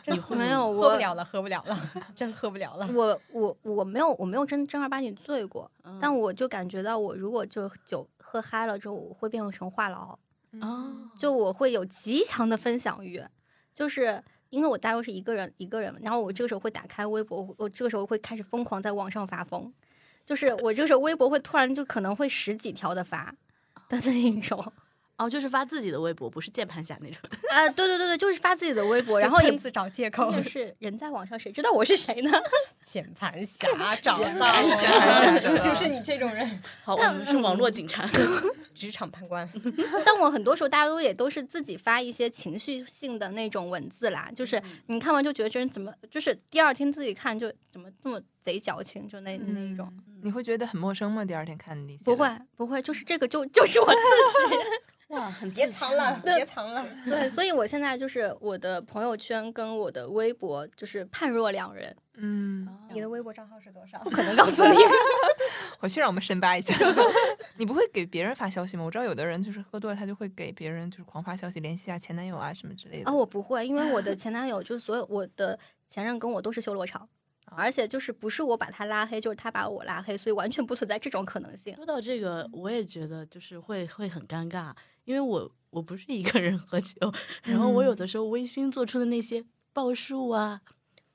真
你会
喝
没有
喝
我
不了了，喝不了了，真喝不了了。
我我我没有我没有真正儿八经醉过，
嗯
但我就感觉到我如果就酒喝嗨了之后，我会变成话痨，
啊，
就我会有极强的分享欲，就是。因为我大多是一个人一个人嘛，然后我这个时候会打开微博，我我这个时候会开始疯狂在网上发疯，就是我这个时候微博会突然就可能会十几条的发 的那一种，
哦，就是发自己的微博，不是键盘侠那种。
啊，对对对对，就是发自己的微博，然后也嗯
自找借口
真，的是人在网上，谁知道我是谁呢？
键盘侠找到
键
了
盘侠找到了
就是你这种人，
好，我们是网络警 察。
职场判官。
但我很多时候大家都也都是自己发一些情绪性的那种文字啦，就是你看完就觉得这人怎么，就是第二天自己看就怎么这么贼矫情，就那 那一种。
你会觉得很陌生吗？第二天看你写
嗯不
的
会，不会，就是这个就就是我
哇，很自啊
别藏 了，
那
别藏了。
对，所以我现在就是我的朋友圈跟我的微博就是判若两人，
嗯，
你的微博账号是多少
不？可能告 诉你。
回去让我们深扒一下。你不会给别人发消息吗？我知道有的人就是喝多了，他就会给别人就是狂发消息，联系一下前男友啊什么之类的。
啊、我不会，因为我的前男友就是所有我的前任跟我都是修罗场，而且就是不是我把他拉黑，就是他把我拉黑，所以完全不存在这种可能性。
说到这个，我也觉得就是会会很尴尬，因为我我不是一个人喝酒，然后我有
嗯
的时候微醺做出的那些报数啊、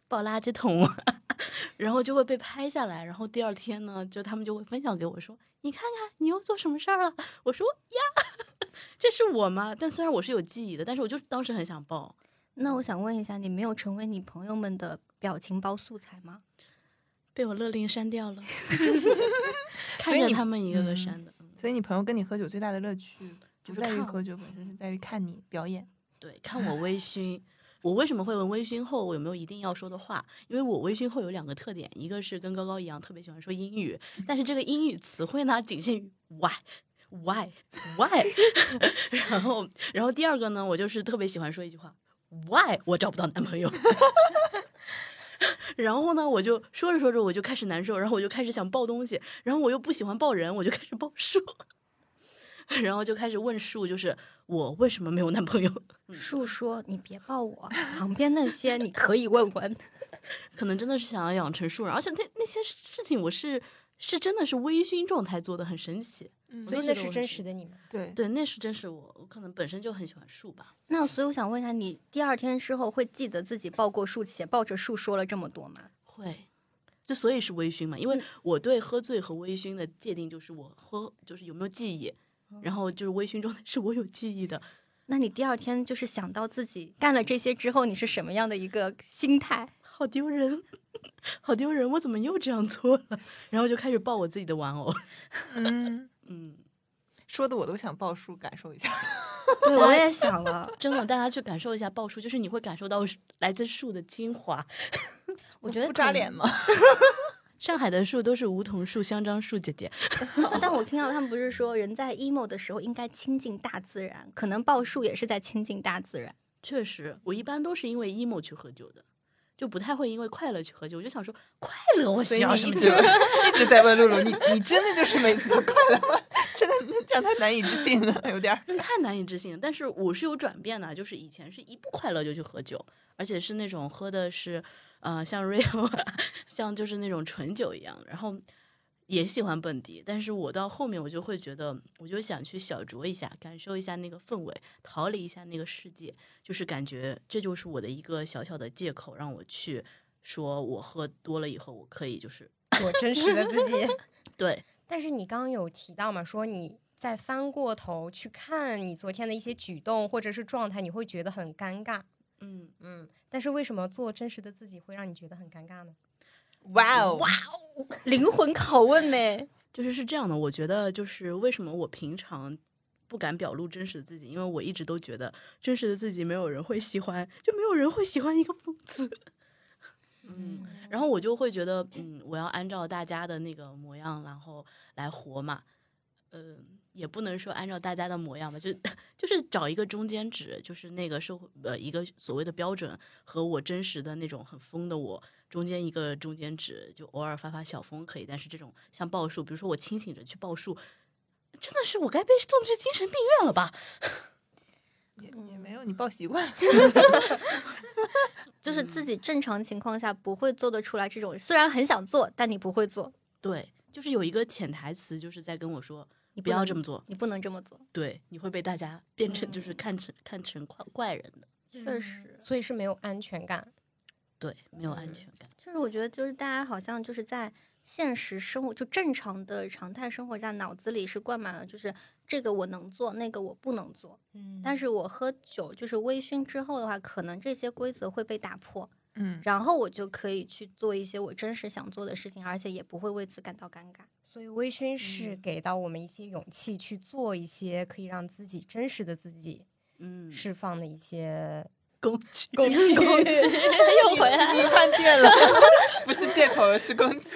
抱垃圾桶啊， 然后就会被拍下来，然后第二天呢，就他们就会分享给我说：“你看看你又做什么事儿了。”我说：“呀， 这是我吗？”但虽然我是有记忆的，但是我就当时很想报。
那我想问一下，你没有成为你朋友们的表情包素材吗？
被我勒令删掉 了，
所
看
以
着
你
他们一个个
嗯
删的。嗯
所以你朋友跟你喝酒最大的乐趣不
就是
在于
看
喝酒本身，是在于看你表演。
对，看我微醺。我为什么会问微醺后我有没有一定要说的话？因为我微醺后有两个特点，一个是跟高高一样特别喜欢说英语，但是这个英语词汇呢仅限于 why。Why why？然后，然后第二个呢，我就是特别喜欢说一句话，Why 我找不到男朋友。 然后呢，我就说着说着我就开始难受，然后我就开始想报东西，然后我又不喜欢报人，我就开始报数， 然后就开始问数，就是我为什么没有男朋友？
树说你别抱我，旁边那些你可以问问。
可能真的是想要养成树人，而且那那些事情我是是真的是微醺状态做的，很神奇。
嗯所以
我都
那
觉得
是
我
真
很
实的你们。
对，
对，那是真是我，我可能本身就很喜欢树吧。
那所以我想问一下，你第二天之后会记得自己抱过树且抱着树说了这么多吗？
会，就所以是微醺嘛，因为我对喝醉和微醺的界定就是我喝就是有没有记忆，然后就是微醺状态是我有记忆的。
那你第二天就是想到自己干了这些之后，你是什么样的一个心态？
好丢人， 好丢人！我怎么又这样做了？然后就开始抱我自己的玩偶。
嗯，
嗯，
说的我都想报数感受一下。
对，我也 想了。
真的，大家去感受一下抱树，就是你会感受到来自树的精华。
我觉得
不扎
可能
脸吗？
上海的树都是梧桐树、香樟树，姐姐。
但我听到他们不是说，人在 emo 的时候应该亲近大自然，可能报数也是在亲近大自然。
确实，我一般都是因为 emo 去喝酒的，就不太会因为快乐去喝酒。我就想说，快乐我
所
需
以
要
你
什
一
么
直
酒？
一直在问露露，你你真的就是每次都快乐吗？真的让他难以置信了，有点儿。
那太难以置信了。但是我是有转变的，啊就是以前是一不快乐就去喝酒，而且是那种喝的是呃像 real，啊 像就是那种纯酒一样，然后。也喜欢蹦迪，但是我到后面我就会觉得，我就想去小酌一下，感受一下那个氛围，逃离一下那个世界，就是感觉这就是我的一个小小的借口，让我去说我喝多了以后，我可以就是
我真实的自己。
对
但是你刚刚有提到嘛，说你再翻过头去看你昨天的一些举动或者是状态，你会觉得很尴尬。
嗯，
嗯，但是为什么做真实的自己会让你觉得很尴尬呢？
哇哦，
灵魂拷问呗。
就是是这样的，我觉得就是为什么我平常不敢表露真实的自己，因为我一直都觉得真实的自己没有人会喜欢，就没有人会喜欢一个疯子。嗯，然后我就会觉得，嗯，我要按照大家的那个模样，然后来活嘛。嗯、也不能说按照大家的模样吧，就就是找一个中间值，就是那个社会呃一个所谓的标准和我真实的那种很疯的我中间一个中间值，就偶尔发发小疯可以，但是这种像报数，比如说我清醒着去报数，真的是我该被送去精神病院了吧？
也也没有你抱习惯，
就是自己正常情况下不会做得出来这种，虽然很想做，但你不会做，
对，就是有一个潜台词，就是在跟我说，
你
不
能
要这么做，
你不能这么做。
对，你会被大家变成就是看成、看成怪怪人的，
确实，
所以是没有安全感。
对，没有安全感。
就是我觉得，就是大家好像就是在现实生活，就正常的常态生活下，脑子里是灌满了就是这个我能做，那个我不能做。
嗯
但是我喝酒，就是微醺之后的话，可能这些规则会被打破，
嗯，
然后我就可以去做一些我真实想做的事情，而且也不会为此感到尴尬。
所以微醺是给到我们一些勇气去做一些可以让自己真实的自己
嗯，
释放的一些
工具，
工具。
工具 又回来了。
饭店了， 不是借口了，是工具。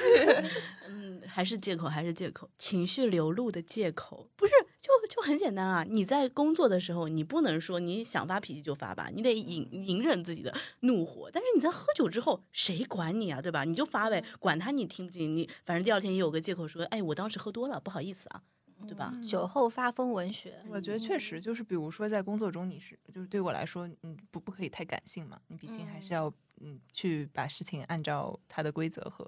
嗯，还是借口，还是借口，情绪流露的借口，不是就就很简单啊！你在工作的时候，你不能说你想发脾气就发吧，你得隐隐忍自己的怒火。但是你在喝酒之后，谁管你啊，对吧？你就发
嗯
呗，管他你听不进，你反正第二天也有个借口说，哎，我当时喝多了，不好意思啊，对吧？
酒后发疯文学，
我觉得确实就是，比如说在工作中，你是就是对我来说，嗯，不不可以太感性嘛，你毕竟还是要嗯去把事情按照它的规则和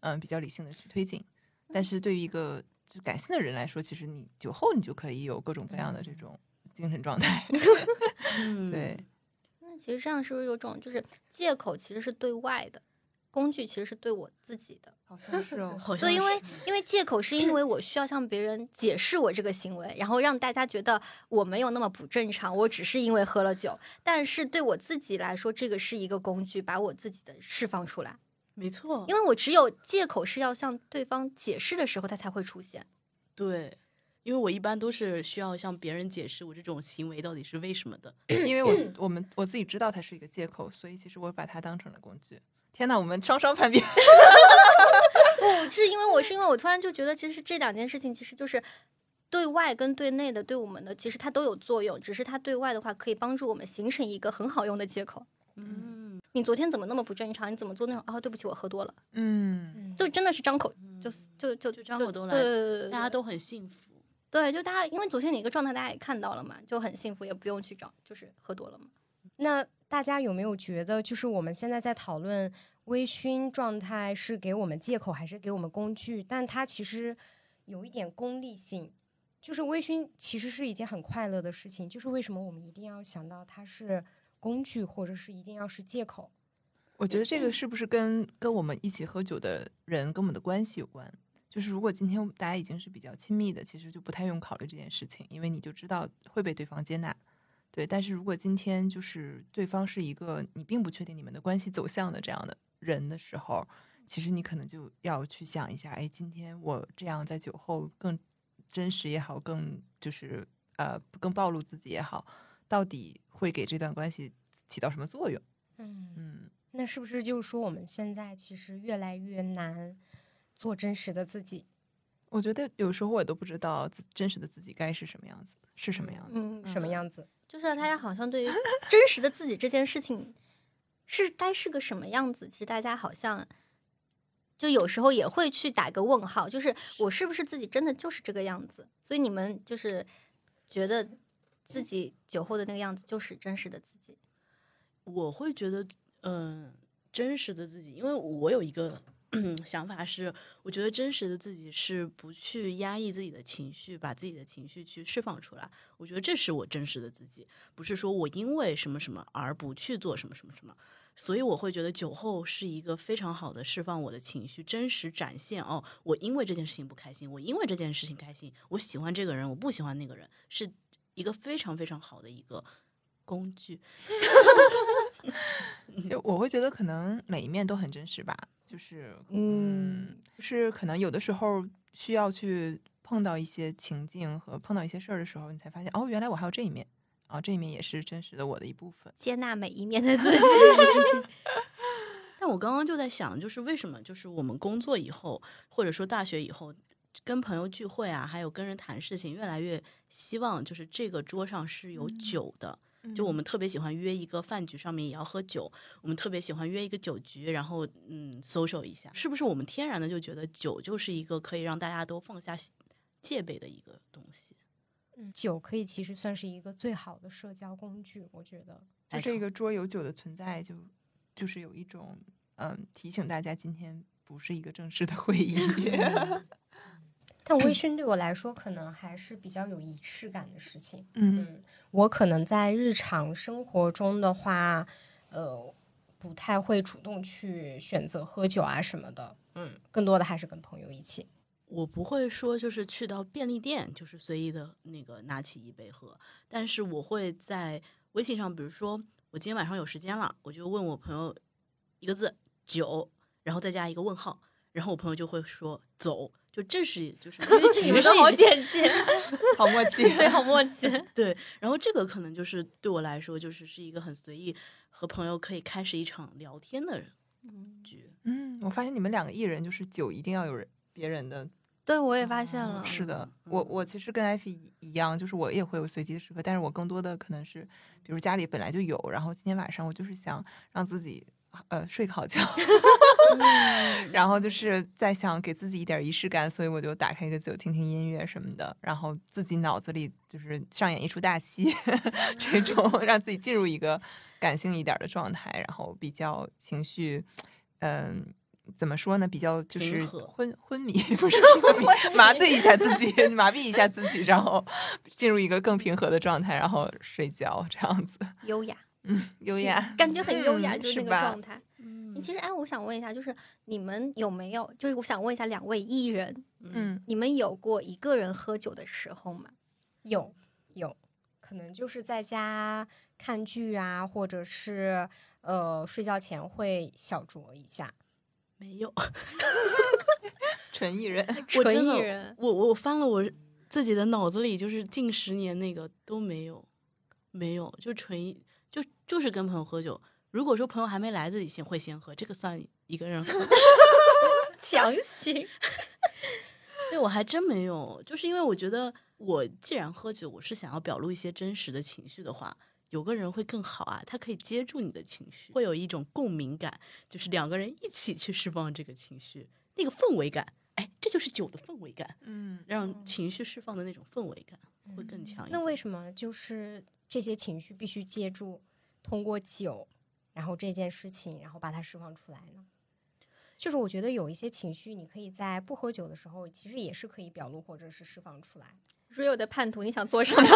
嗯比较理性的去推进。但是对于一个就感性的人来说，其实你酒后你就可以有各种各样的这种精神状态。
嗯，
对，
那其实这样是不是有种就是借口其实是对外的，工具其实是对我自己的？
好像是哦
好像
对，因为
是
因为借口是因为我需要向别人解释我这个行为，然后让大家觉得我没有那么不正常，我只是因为喝了酒。但是对我自己来说，这个是一个工具，把我自己的释放出来。
没错，
因为我只有借口是要向对方解释的时候，它才会出现。
对，因为我一般都是需要向别人解释我这种行为到底是为什么
嗯
的。
因为我我们我自己知道它是一个借口，所以其实我把它当成了工具。天呐，我们双双叛变。
不是因为我，是因为我突然就觉得，其实这两件事情其实就是。对外跟对内的，对我们的其实它都有作用，只是它对外的话可以帮助我们形成一个很好用的借口。
嗯，
你昨天怎么那么不正常？你怎么做那种？哦，对不起，我喝多了。
嗯，
就真的是张口，就是就就
嗯就张口都来
对对对对，
大家都很幸福。
对，就大家因为昨天你一个状态，大家也看到了嘛，就很幸福，也不用去找，就是喝多了嘛。
那大家有没有觉得，就是我们现在在讨论微醺状态是给我们借口还是给我们工具？但它其实有一点功利性，就是微醺其实是一件很快乐的事情，就是为什么我们一定要想到它是工具，或者是一定要是借口？
我觉得这个是不是跟跟我们一起喝酒的人跟我们的关系有关？就是如果今天大家已经是比较亲密的，其实就不太用考虑这件事情，因为你就知道会被对方接纳。对，但是如果今天就是对方是一个你并不确定你们的关系走向的这样的人的时候，其实你可能就要去想一下，哎，今天我这样在酒后更真实也好，更就是呃更暴露自己也好，到底会给这段关系起到什么作用？
嗯，
嗯。
那是不是就是说我们现在其实越来越难做真实的自己？
我觉得有时候我也都不知道自真实的自己该是什么样子，是什么样子。
嗯
什么样子？
就是大家好像对于真实的自己这件事情是该是个什么样子，其实大家好像就有时候也会去打个问号，就是我是不是自己真的就是这个样子？所以你们就是觉得自己酒后的那个样子就是真实的自己？
我会觉得，嗯、真实的自己，因为我有一个 想法是，我觉得真实的自己是不去压抑自己的情绪，把自己的情绪去释放出来。我觉得这是我真实的自己，不是说我因为什么什么而不去做什么什么什么。所以我会觉得酒后是一个非常好的释放我的情绪、真实展现哦，我因为这件事情不开心，我因为这件事情开心，我喜欢这个人，我不喜欢那个人，是一个非常非常好的一个工具。
就我会觉得可能每一面都很真实吧，就是嗯，就是可能有的时候需要去碰到一些情境和碰到一些事儿的时候，你才发现哦，原来我还有这一面啊，这一面也是真实的我的一部分。
接纳每一面的自己。
但我刚刚就在想，就是为什么就是我们工作以后，或者说大学以后，跟朋友聚会啊，还有跟人谈事情，越来越希望就是这个桌上是有酒的。就我们特别喜欢约一个饭局，上面也要喝酒。我们特别喜欢约一个酒局，然后嗯，social 一下。是不是我们天然的就觉得酒就是一个可以让大家都放下戒备的一个东西？
酒可以其实算是一个最好的社交工具，我觉得。
就这个桌游酒的存在就，就是有一种嗯提醒大家今天不是一个正式的会 议。
但微醺对我来说，可能还是比较有仪式感的事情。
嗯，
我可能在日常生活中的话，呃，不太会主动去选择喝酒啊什么的。嗯，更多的还是跟朋友一起。
我不会说就是去到便利店就是随意的那个拿起一杯喝，但是我会在微信上，比如说我今天晚上有时间了，我就问我朋友一个字酒，然后再加一个问号，然后我朋友就会说走，就这是就是因为
你
局
们
是
都好
已经
简洁，
好默契。
对，好默契。
对，然后这个可能就是对我来说就是是一个很随意和朋友可以开始一场聊天的局。
嗯，我发现你们两个艺人就是酒一定要有人别人的。
对，我也发现了。
哦是的，
嗯
我我其实跟艾菲一样，就是我也会有随机的时刻，但是我更多的可能是，比如家里本来就有，然后今天晚上我就是想让自己呃睡个好 觉，然后就是在想给自己一点仪式感，所以我就打开一个酒，听听音乐什么的，然后自己脑子里就是上演一出大戏，这种 让自己进入一个感性一点的状态，然后比较情绪，嗯、怎么说呢？比较就
平
是
和
昏昏迷， 不是 昏迷，麻醉一下自己， 麻痹一下自己，然后进入一个更平和的状态，然后睡觉这样子，
优雅，
嗯，优雅，
感觉很优雅，
嗯
就是那个
吧
状态。
嗯
你其实，哎，我想问一下，就是你们有没有，就是我想问一下两位艺人，
嗯。
你们有过一个人喝酒的时候吗？
有有，可能就是在家看剧啊，或者是呃睡觉前会小酌一下。
没有，
纯艺人，
我
纯
真
艺
的
人，
我我翻了我自己的脑子里，就是近十年那个都没有，没有，就纯一就就是跟朋友喝酒。如果说朋友还没来，自己先会先喝，这个算一个人喝。
强行。
对我还真没有，就是因为我觉得我既然喝酒，我是想要表露一些真实的情绪的话。有个人会更好啊，他可以接住你的情绪，会有一种共鸣感，就是两个人一起去释放这个情绪，那个氛围感，哎，这就是酒的氛围感，
嗯，
让情绪释放的那种氛围感会更强一点。
嗯那为什么就是这些情绪必须借助通过酒，然后这件事情，然后把它释放出来呢？就是我觉得有一些情绪，你可以在不喝酒的时候，其实也是可以表露或者是释放出来。
Rio 的叛徒，你想做 什么？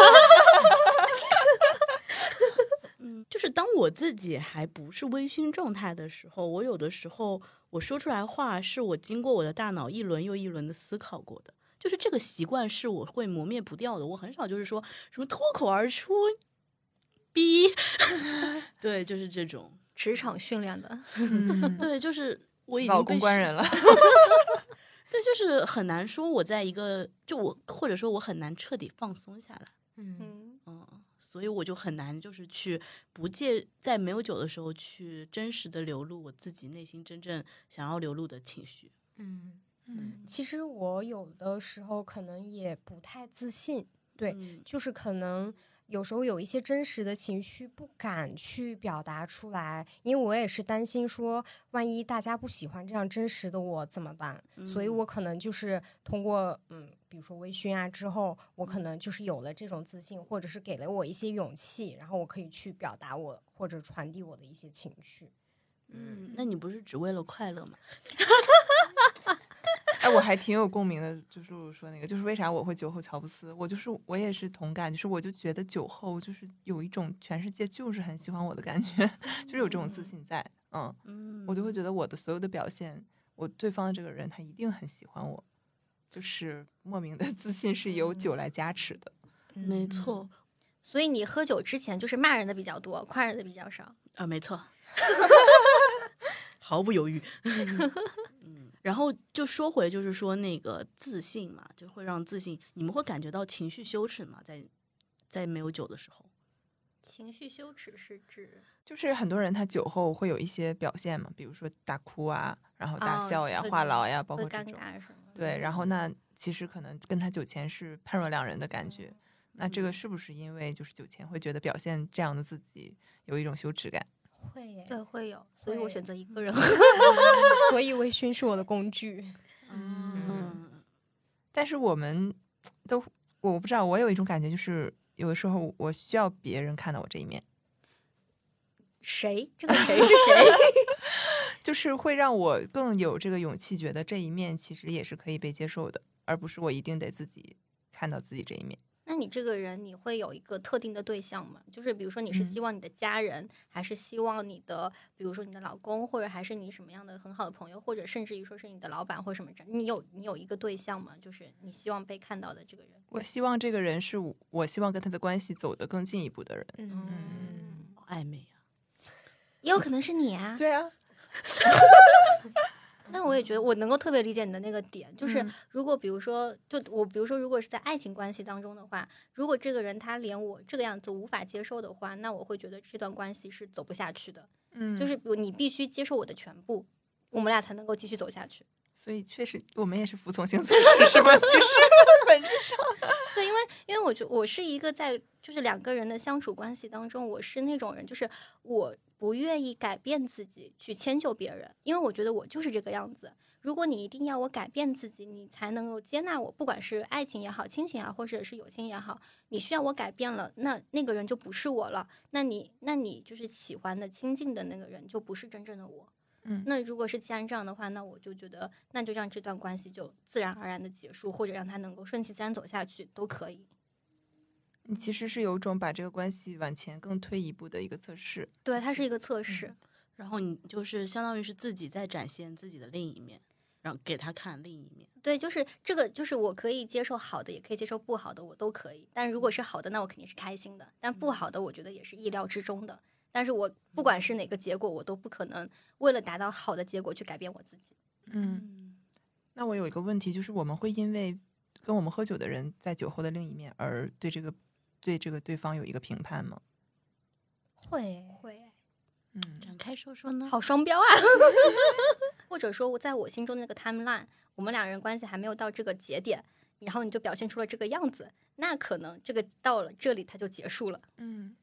嗯，就是当我自己还不是微醺状态的时候，我有的时候我说出来话，是我经过我的大脑一轮又一轮的思考过的。就是这个习惯是我会磨灭不掉的，我很少就是说什么脱口而出，逼， 对，就是这种，
职场训练的，
嗯
对，就是 我已经
老
被
公关
训
人了，
对，就是很难说我在一个就我或者说我很难彻底放松下来。
嗯，
嗯，
嗯，所以我就很难就是去不借在没有酒的时候去真实的流露我自己内心真正想要流露的情绪。
嗯，
嗯
其实我有的时候可能也不太自信，对，
嗯
就是可能有时候有一些真实的情绪不敢去表达出来，因为我也是担心说，万一大家不喜欢这样真实的我怎么办？所以
嗯
我可能就是通过嗯，比如说微醺啊之后，我
嗯
可能就是有了这种自信，或者是给了我一些勇气，然后我可以去表达我或者传递我的一些情绪。
嗯，那你不是只为了快乐吗？
哎，哎，我还挺有共鸣的，就是露露说那个，就是为啥我会酒后乔布斯？我就是我也是同感，就是我就觉得酒后就是有一种全世界就是很喜欢我的感觉， 就是有这种自信在，嗯，
嗯
我就会觉得我的所有的表现，我对方的这个人他一定很喜欢我，就是莫名的自信是由酒
嗯
来加持的。
没错
所以你喝酒之前就是骂人的比较多，夸人的比较少。
啊，没错， 毫不犹豫。 嗯，然后就说回，就是说那个自信嘛，就会让自信，你们会感觉到情绪羞耻嘛，在在没有酒的时候，
情绪羞耻是指
就是很多人他酒后会有一些表现嘛，比如说大哭啊，然后大
哦
笑呀、
会
话痨呀，包
会
括这
尴
种。
尬什么的。
对，然后那其实可能跟他酒前是判若两人的感觉。那这个是不是因为就是酒前会觉得表现这样的自己有一种羞耻感？
会耶，
对，会有，所以我
会
选择一 个人。
所以微醺是我的工具。
嗯，
但是我们都我不知道，我有一种感觉，就是有的时候我需要别人看到我这一面，
谁？这个谁是谁？
就是会让我更有这个勇气，觉得这一面其实也是可以被接受的，而不是我一定得自己看到自己这一面。
那你这个人，你会有一个特定的对象吗？就是比如说，你是
嗯
希望你的家人，还是希望你的，比如说你的老公，或者还是你什么样的很好的朋友，或者甚至于说是你的老板或什么这？你有你有一个对象吗？就是你希望被看到的这个人。
我希望这个人是我我希望跟他的关系走得更进一步的人。
嗯，
好暧昧啊，
也有可能是你啊。
对啊，
但我也觉得我能够特别理解你的那个点，就是
嗯
如果比如说，就我比如说，如果是在爱情关系当中的话，如果这个人他连我这个样子无法接受的话，那我会觉得这段关系是走不下去的。
嗯
就是比如你必须接受我的全部，我们俩才能够继续走下去。
所以确实，我们也是服从性 测试，是吧？其实本质上，
对，因为因为我觉我是一个在就是两个人的相处关系当中，我是那种人，就是我不愿意改变自己去迁就别人，因为我觉得我就是这个样子。如果你一定要我改变自己，你才能够接纳我，不管是爱情也好、亲情也好，或者是友情也好，你需要我改变了，那那个人就不是我了。那你那你就是喜欢的、亲近的那个人，就不是真正的我。
嗯
那如果是既然这样的话，那我就觉得，那就让这段关系就自然而然的结束，或者让它能够顺其自然走下去都可以。
你 其实是有一种把这个关系往前更推一步的一个测试。
对，它是嗯一个测试。
然后你就是相当于是自己在展现自己的另一面，然后给他看另一面。
对，就是这个，就是我可以接受好的，也可以接受不好的，我都可以。但如果是好的，那我肯定是开心的；但不好的，我觉得也是意料之中的。但是我不管是哪个结果，我都不可能为了达到好的结果去改变我自己。
嗯，
嗯，
那我有一个问题，就是我们会因为跟我们喝酒的人在酒后的另一面而对这个对这个对方有一个评判吗？
会，
会，
嗯，
展开说说呢？
好双标啊！ 或者说，我在我心中的那个 timeline，我们两人关系还没有到这个节点，然后你就表现出了这个样子，那可能这个到了这里它就结束了。
嗯，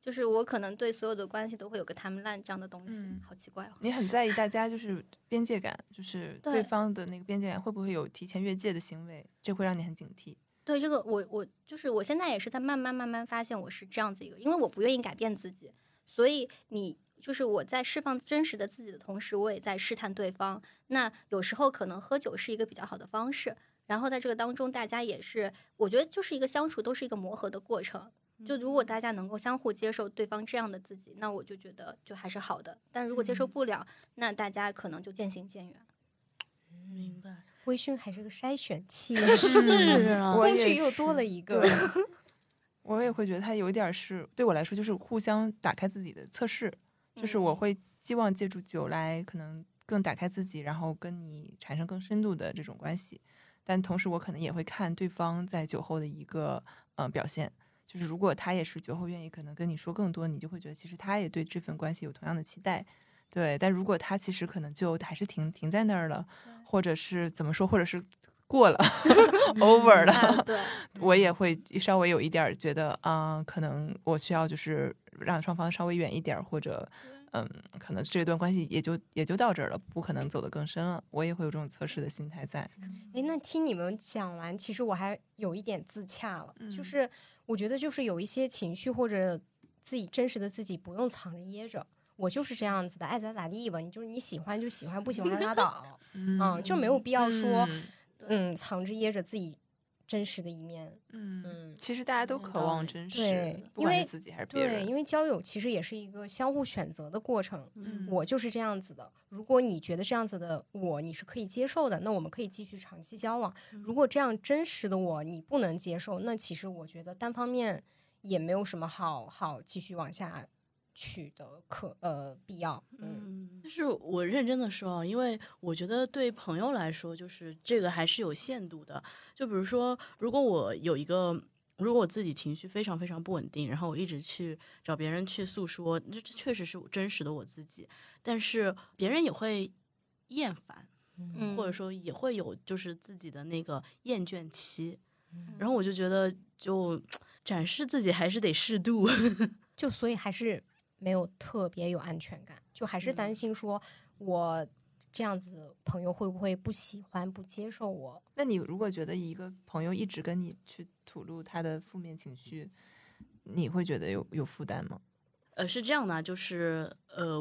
就是我可能对所有的关系都会有个 timeline 这样的东西，
嗯
好奇怪哦。
你很在意大家就是边界感，就是对
对
方的那个边界感会不会有提前越界的行为，这会让你很警惕。
对这个我，我就是我现在也是在慢慢慢慢发现我是这样子一个，因为我不愿意改变自己，所以你就是我在释放真实的自己的同时，我也在试探对方。那有时候可能喝酒是一个比较好的方式，然后在这个当中，大家也是我觉得就是一个相处，都是一个磨合的过程。
嗯
就如果大家能够相互接受对方这样的自己，那我就觉得就还是好的。但如果接受
嗯
不了，那大家可能就渐行渐远。
明白。
微醺还是个筛选 器，
是啊
我
工
也
具又多
是
了一个
对。我也会觉得它有点儿是对我来说就是互相打开自己的测试，就是我
嗯
会希望借助酒来可能更打开自己，然后跟你产生更深度的这种关系。但同时，我可能也会看对方在酒后的一个呃表现，就是如果他也是酒后愿意可能跟你说更多，你就会觉得其实他也对这份关系有同样的期待，对。但如果他其实可能就还是停停在那儿了，或者是怎么说，或者是过了 ，over 了，
啊，对，
我也会稍微有一点儿觉得啊、可能我需要就是让双方稍微远一点儿，或者嗯，可能这段关系也就也就到这儿了，不可能走得更深了。我也会有这种测试的心态在。
哎，那听你们讲完，其实我还有一点自洽了，
嗯
就是我觉得就是有一些情绪或者自己真实的自己不用藏着掖着，我就是这样子的，爱咋咋地吧，你就是你喜欢就喜欢，不喜欢拉倒，
嗯
嗯，就没有必要说，
嗯
嗯，藏着掖着自己真实的一面，
嗯，
嗯。
其实大家都
有
渴
道
望
理
真
对
实，不管
因为
是自己还是别
对，
人。
因为交友其实也是一个相互选择的过程。
嗯
我就是这样子的，如果你觉得这样子的我你是可以接受的，那我们可以继续长期交往。如果这样真实的我你不能接受，那其实我觉得单方面也没有什么好好继续往下去的可呃必要。嗯，
嗯，但是我认真的说啊，因为我觉得对朋友来说，就是这个还是有限度的。就比如说，如果我有一个，如果我自己情绪非常非常不稳定，然后我一直去找别人去诉说，这这确实是真实的我自己，但是别人也会厌烦，
嗯，
或者说也会有就是自己的那个厌倦期。然后我就觉得就，展示自己还是得适度。
就所以还是没有特别有安全感，就还是担心说我这样子朋友会不会不喜欢不接受我？
那你如果觉得一个朋友一直跟你去吐露他的负面情绪，你会觉得有有负担吗？
呃，是这样的啊，就是呃，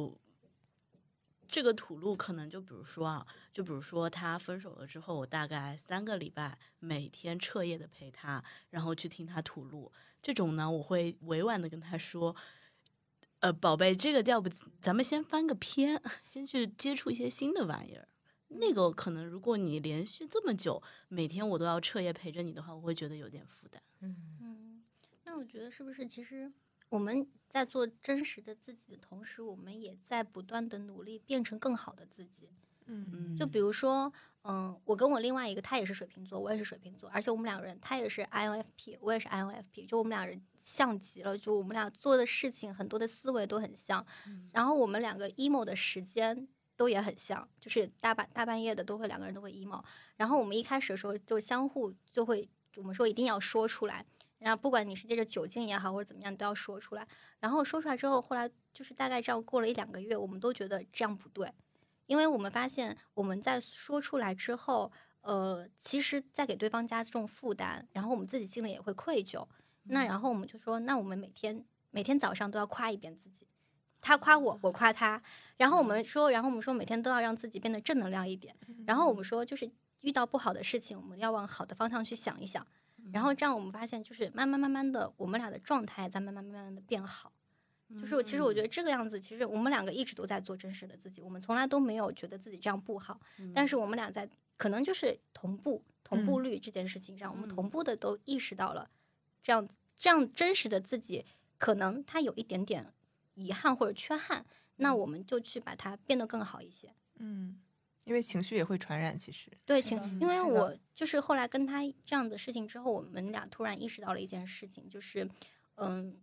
这个吐露可能就比如说啊，就比如说他分手了之后，我大概三个礼拜每天彻夜的陪他，然后去听他吐露。这种呢，我会委婉的跟他说，呃，宝贝，这个要不咱们先翻个篇，先去接触一些新的玩意儿。那个可能，如果你连续这么久，每天我都要彻夜陪着你的话，我会觉得有点负担。
嗯，
嗯，那我觉得是不是其实我们在做真实的自己的同时，我们也在不断的努力变成更好的自己。
嗯
嗯，
就比如说，嗯，我跟我另外一个，他也是水瓶座，我也是水瓶座，而且我们两个人，他也是 INFP，我也是 INFP，就我们俩人像极了，就我们俩做的事情很多的思维都很像，然后我们两个 emo 的时间都也很像，就是大半大半夜的都会两个人都会 emo，然后我们一开始的时候就相互就会，我们说一定要说出来。然后不管你是借着酒精也好，或者怎么样，你都要说出来。然后说出来之后，后来就是大概这样过了一两个月，我们都觉得这样不对，因为我们发现我们在说出来之后，呃，其实在给对方加重负担，然后我们自己心里也会愧疚。那然后我们就说，那我们每天每天早上都要夸一遍自己，他夸我，我夸他。然后我们说，然后我们说每天都要让自己变得正能量一点。然后我们说，就是遇到不好的事情，我们要往好的方向去想一想。然后这样我们发现，就是慢慢慢慢的，我们俩的状态在慢慢慢慢的变好。就是我其实我觉得这个样子，其实我们两个一直都在做真实的自己，我们从来都没有觉得自己这样不好，
嗯
但是我们俩在可能就是同步同步
嗯
率这件事情上，我们
嗯
同步的都意识到了这样这样真实的自己，可能他有一点点遗憾或者缺憾，那我们就去把它变得更好一些。
嗯，因为情绪也会传染，其实。
对，
是
情
的，
因为
是的
我就是后来跟他这样的事情之后，我们俩突然意识到了一件事情，就是，嗯，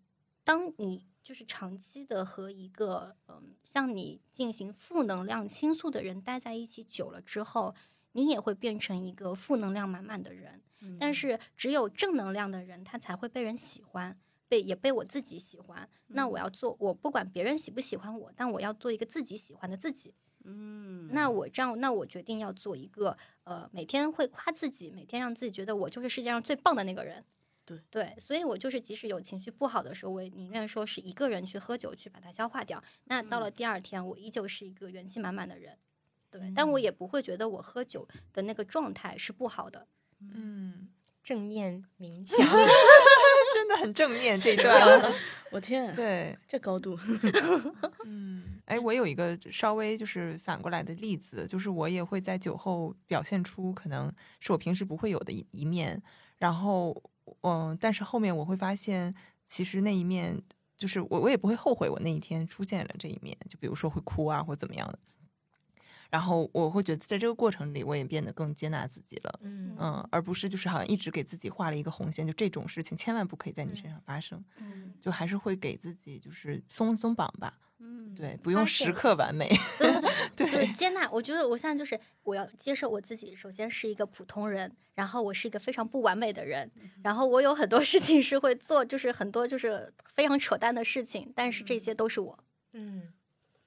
当你就是长期的和一个嗯向你进行负能量倾诉的人待在一起久了之后，你也会变成一个负能量满满的人。
嗯
但是只有正能量的人，他才会被人喜欢，被也被我自己喜欢。那
嗯
我要做，我不管别人喜不喜欢我，但我要做一个自己喜欢的自己。
嗯，
那我这样，那我决定要做一个呃，每天会夸自己，每天让自己觉得我就是世界上最棒的那个人。
对
对，所以我就是即使有情绪不好的时候，我也宁愿说是一个人去喝酒去把它消化掉。那
嗯
到了第二天，我依旧是一个元气满满的人。对，但
嗯
我也不会觉得我喝酒的那个状态是不好的。
嗯，
正念 冥想。
真的很正面这一段。
我天，
对，
这高 度，
嗯，哎，我有一个稍微就是反过来的例子，就是我也会在酒后表现出可能是我平时不会有的一一面，然后嗯、但是后面我会发现，其实那一面就是我我也不会后悔我那一天出现了这一面，就比如说会哭啊或怎么样的，然后我会觉得在这个过程里，我也变得更接纳自己了。
嗯
嗯，而不是就是好像一直给自己画了一个红线，就这种事情千万不可以在你身上发生，
嗯，
就还是会给自己就是松一松绑吧，
嗯，
对，不
发
用
现
时刻完美，
对对 对，就是
对
接纳。我觉得我现在就是我要接受我自己，首先是一个普通人，然后我是一个非常不完美的人，然后我有很多事情是会做，就是很多就是非常扯淡的事情，但是这些都是我。
嗯，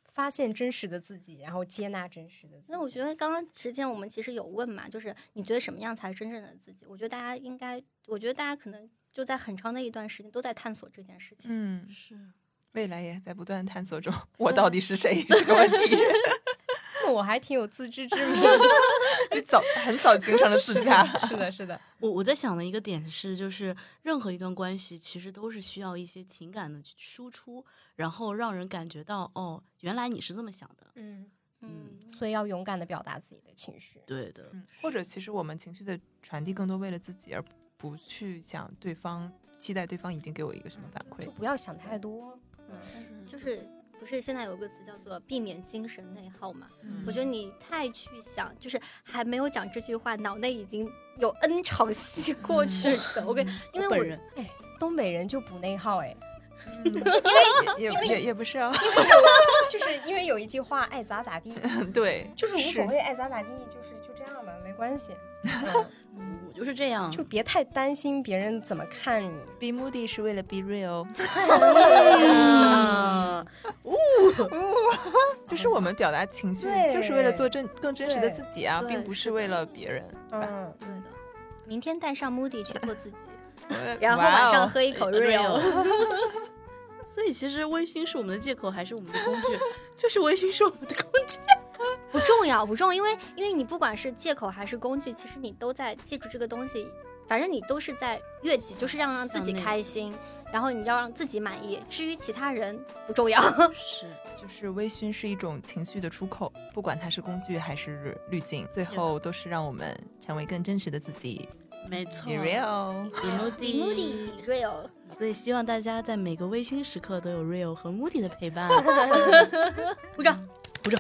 发现真实的自己，然后接纳真实的自己。
那我觉得刚刚之前我们其实有问嘛，就是你觉得什么样才是真正的自己？我觉得大家应该，我觉得大家可能就在很长的一段时间都在探索这件事情。
嗯，
是，
未来也在不断探索中，我到底是谁这个问题，
那我还挺有自知之 明的。
你早很早形成了自洽。
是的，是的，
我我在想的一个点是，就是任何一段关系其实都是需要一些情感的输出，然后让人感觉到哦，原来你是这么想的。
嗯，
嗯，
所以要勇敢的表达自己的情绪。
对的，
嗯，或者其实我们情绪的传递更多为了自己，而不去想对方期待对方一定给我一个什么反馈
就。不要想太多。
就是不是现在有个词叫做避免精神内耗嘛？
嗯
我觉得你太去想，就是还没有讲这句话，脑内已经有 N 场戏过去 的。我跟因
嗯我
为我
本人
哎，东北人就不内耗哎，
也也也也不是啊，
就是因为有一句话，爱 咋咋地，
对，
就是无所谓，爱咋咋地，就是就这样吧，没关系，嗯
嗯我就是这样，
就别太担心别人怎么看你。
Be moody 是为了 be real，
啊，
就是我们表达情绪
对，
就是为了做真更真实的自己啊，
对
并不是为了别人，对吧？
嗯，
对的，明天带上 Moody 去做自己，
呃
然后
哇
晚
哦
上喝一
哎
口 Real。
所以其实微醺是我们的借口，还是我们的工具？ 就是微醺是我们的工具。
不重要，不重要，因为因为你不管是借口还是工具，其实你都在借助这个东西，反正你都是在悦己，就是让让自己
向内
开心，然后你要让自己满意，至于其他人不重要。
是，
就是微醺是一种情绪的出口，不管它是工具还是滤镜，最后都是让我们成为更真实的自己。
没错。
Be real，
比目的，
比 Moody 比 Real，
所以希望大家在每个微醺时刻都有 Real 和 Moody 的陪伴。
鼓掌。
鼓掌。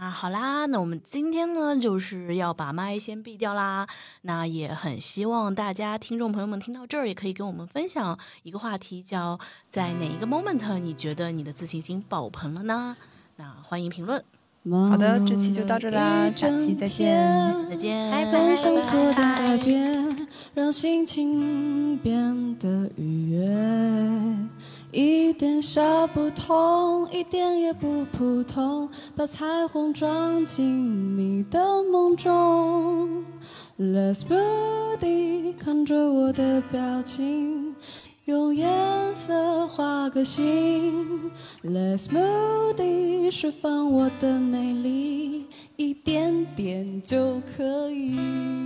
那好啦，那我们今天呢，就是要把麦先闭掉啦。那也很希望大家听众朋友们听到这儿，也可以跟我们分享一个话题，叫在哪一个 moment 你觉得你的自信心爆棚了呢？那欢迎评论，
好
好
的
的，，
这
这
期
期
就
就
到
到
这
这
啦
啦，
下
下
期
期
再
再
见
见。
下期再见，
拜
半生做的改变，让心情变得愉悦。一点小不同，一点也不普通，把彩虹装进你的梦中。Let's beauty，看着我的表情，用颜色画个心。Let's beauty，释放我的美丽，一点点就可以。